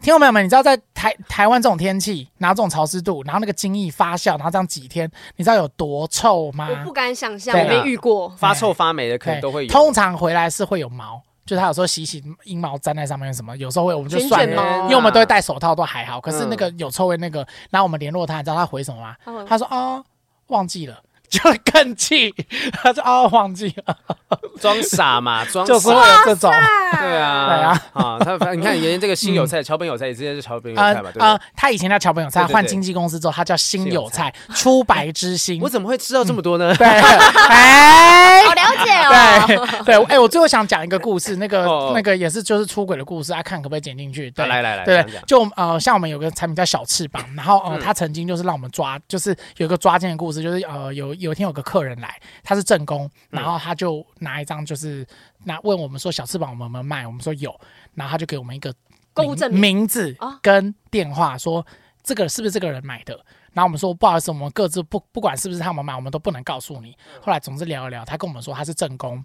C: 听众朋友们，你知道在台台湾这种天气，然后这种潮湿度，然后那个精液发酵，然后这样几天，你知道有多臭吗？
B: 我不敢想象，
C: 对
B: 我
C: 啊
B: 没遇过。
A: 发臭发霉的可能
C: 对
A: 都会有。
C: 通常回来是会有毛，就是他有时候洗洗阴毛粘在上面什么，有时候会我们就
B: 卷
C: 算
B: 卷
C: 了，
B: 毛
C: 因为我们都会戴手套，都还好。可是
A: 嗯
C: 那个有臭味那个，然后我们联络他，你知道他回什么吗？
B: 他回
C: 他说哦，忘记了。 就更气，他说哦，忘记了，
A: 装傻 嘛，装傻。
C: 就是会有这种
A: 对啊，
C: 对啊，
A: 啊，他反你看，原先这个新有菜、桥本有菜，也之前是桥本有
C: 啊
A: 菜嘛，对不对
C: 啊！他以前叫桥本有菜，
A: 对对对
C: 换经纪公司之后，他叫新有菜，出白之星
A: 我。怎么会知道这么多呢？
C: 对，哎，
B: 好了解哦。
C: 对对，哎、我最后想讲一个故事，那个
A: 哦哦
C: 那个也是就是出轨的故事啊，看可不可以剪进去。对，
A: 啊来来来
C: 对
A: 讲嗯讲，
C: 就呃，像我们有个产品叫小翅膀，然后呃，他曾经就是让我们抓，就是有一个抓奸的故事，就是呃，有有一天有个客人来，他是正宫，然
A: 嗯
C: 后他就拿一张就是拿问我们说小翅膀我们有没有卖，我们说有，然后他就给我们一个
B: 购物
C: 名
B: 证明
C: 名字
B: 啊
C: 跟电话说。这个是不是这个人买的？然后我们说不好意思，我们各自不不管是不是他们买，我们都不能告诉你。
B: 嗯
C: 后来总之聊一聊，她跟我们说她是正宫，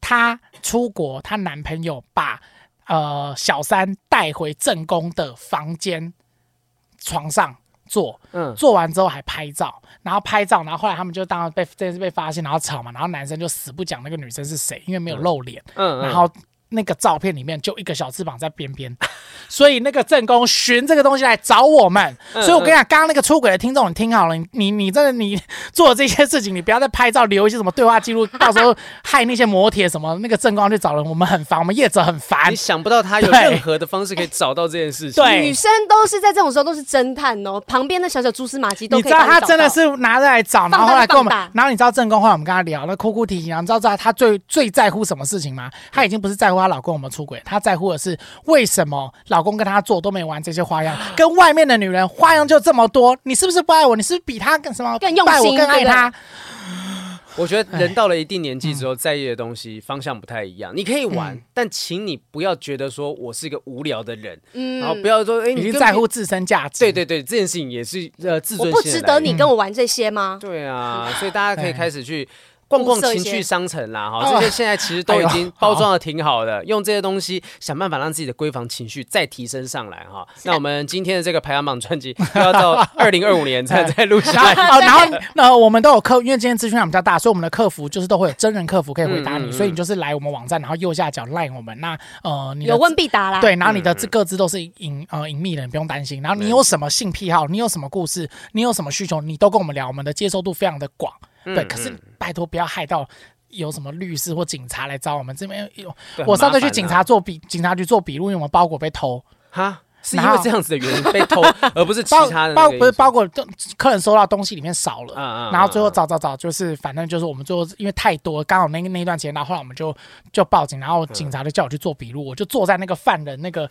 C: 她出国，她男朋友把呃小三带回正宫的房间床上坐，
A: 嗯，
C: 做完之后还拍照，然后拍照，然后后来他们就当然被这次被发现，然后吵嘛，然后男生就死不讲那个女生是谁，因为没有露脸，
A: 嗯嗯
C: 然后那个照片里面就一个小翅膀在边边， 所以那个正宫寻这个东西来找我们，
A: 嗯
C: 所以我跟你讲，刚刚那个出轨的听众，你听好了，你你你真的你做了这些事情，你不要再拍照留一些什么对话记录，到时候害那些磨铁什么那个正宫去找人，我们很烦，我们业者很烦
A: 你，想不到他有
C: 对
A: 任何的方式可以找到这件事情。
C: 啊对
B: 女生都是在这种时候都是侦探哦，旁边的小小蛛丝马迹都
C: 你
B: 可
C: 知
B: 以帮
C: 道他
B: 找
C: 真的
B: 到
C: 是拿着来找，
B: 大
C: 然后后来跟我们
B: 放大，
C: 然后你知道正宫后来我们跟他聊，那哭哭啼啼，然后你知道知道他最最在乎什么事情吗？
B: 嗯
C: 他已经不是在乎她老公有没有出轨，他在乎的是为什么老公跟她做都没玩这些花样，
B: 啊
C: 跟外面的女人花样就这么多，你是不是不爱我？你是不是比他更什么
B: 更用
C: 不爱我
B: 心
C: 更
B: 对
C: 爱
B: 不对
C: 他？
A: 我觉得人到了一定年纪之后，在意的东西方向不太一样。你可以
C: 嗯
A: 玩，但请你不要觉得说我是一个无聊的人，然后不要说哎，跟
C: 你是嗯在
A: 别
C: 乎自身价值？
A: 对对对，这件事情也是呃自
B: 我
A: 尊
B: 不
A: 心的
B: 值
A: 来
B: 得
A: 源
C: 嗯
B: 你跟我玩这些吗？
A: 对啊，所以大家可以
C: 对
A: 开始去。逛逛
B: 物色一
A: 情趣
B: 些
A: 商城啦，哈，
C: 啊
A: 这些现在其实都
C: 哎
A: 已
C: 呦
A: 经包装的挺哦好的，用这些东西想办法让自己的闺房情绪再提升上来哈。那我们今天的这个排行榜专辑要 到二零二五年才再录下
C: 然后
A: 来。
B: 啊
C: 哦，然后那我们都有客，因为今天资讯量比较大，所以我们的客服就是都会有真人客服可以回答
A: 嗯嗯
C: 你，
A: 嗯
C: 所以你就是来我们网站，然后右下角 line 我们。那呃，你的
B: 有问必答啦。
C: 对，然后
A: 嗯
C: 你的这各自都是隐呃隐秘的，你不用担心。然后你有什么性癖好，你有什么故事，你有什么需求，你都跟我们聊，我们的接受度非常的广。
A: 嗯
C: 对，可是拜托不要害到。有什么律师或警察来找我们这边？有
A: 对
C: 我上
A: 很
C: 次
A: 麻烦
C: 去
A: 啊
C: 警察做笔，警察局做笔录，因为我们包裹被偷，
A: 哈，是因
C: 然
A: 为
C: 后
A: 这样子的原因被 偷，而不是其
C: 包
A: 他的那
C: 包
A: 个
C: 不是
A: 因素
C: 包裹，客人收到东西里面少了，
A: 嗯嗯嗯
C: 然后最后找找找，就是反正就是我们最后因为太多，刚好那那一段时间，然后后来我们就就报警，然
A: 嗯
C: 后警察就叫我去做笔录，我就坐在那个犯人那个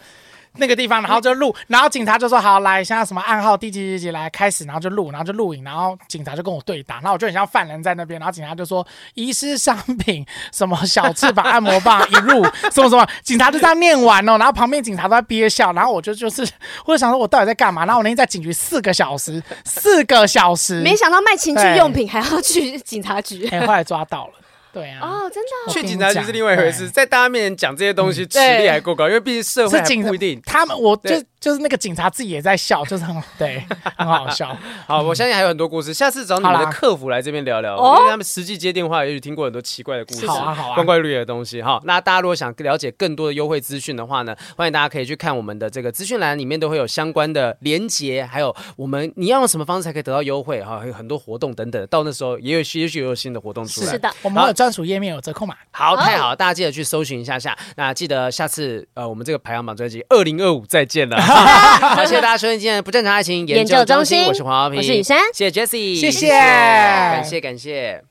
C: 那个地方，然后就录，然后警察就说好来，现在什么暗号第几几几来开始，然后就录，然后就录影，然后警察就跟我对打，然后我就很像犯人在那边，然后警察就说遗失商品什么小翅膀按摩棒一路什么什么，警察就这样念完哦，然后旁边警察都在憋笑，然后我就就是我就想说我到底在干嘛，然后我那天在警局四个小时，四个小时，
B: 没想到卖情趣用品还要去警察局，
C: 哎、后来抓到了。对啊，
B: 哦，真的哦、
A: 去
C: 跟你
A: 警察局
C: 讲
A: 是另外一回事，
C: 对
A: 在大家面前讲这些东西，吃力还过高，因为毕竟社会
C: 是
A: 还
C: 警
A: 不一定。
C: 他们我就
A: 对
C: 就是那个警察自己也在笑，就是很对，很好笑。
A: 好，我相信还有很多故事，下次找你们
C: 好
A: 的
C: 啦
A: 客服来这边聊聊，
B: 哦
A: 因为他们实际接电话，也许听过很多奇怪的故事，
C: 好啊好啊
A: 光怪陆离的东西。好，那大家如果想了解更多的优惠资讯的话呢，欢迎大家可以去看我们的这个资讯栏，里面都会有相关的连结，还有我们你要用什么方式才可以得到优惠哈，还有很多活动等等。到那时候也有也许有新的活动出来。
B: 是的，
C: 我们会有专属页面有折扣码，
A: 好，太好，了，大家记得去搜寻一下下。那记得下次呃，我们这个排行榜专辑二零二五再见了。好，谢谢大家收听今天的不正常爱情
B: 研究中
A: 心，
B: 心
A: 我是黄浩平，
B: 我是雨珊
A: 谢谢 Jessie，
C: 谢谢
A: 感谢感谢。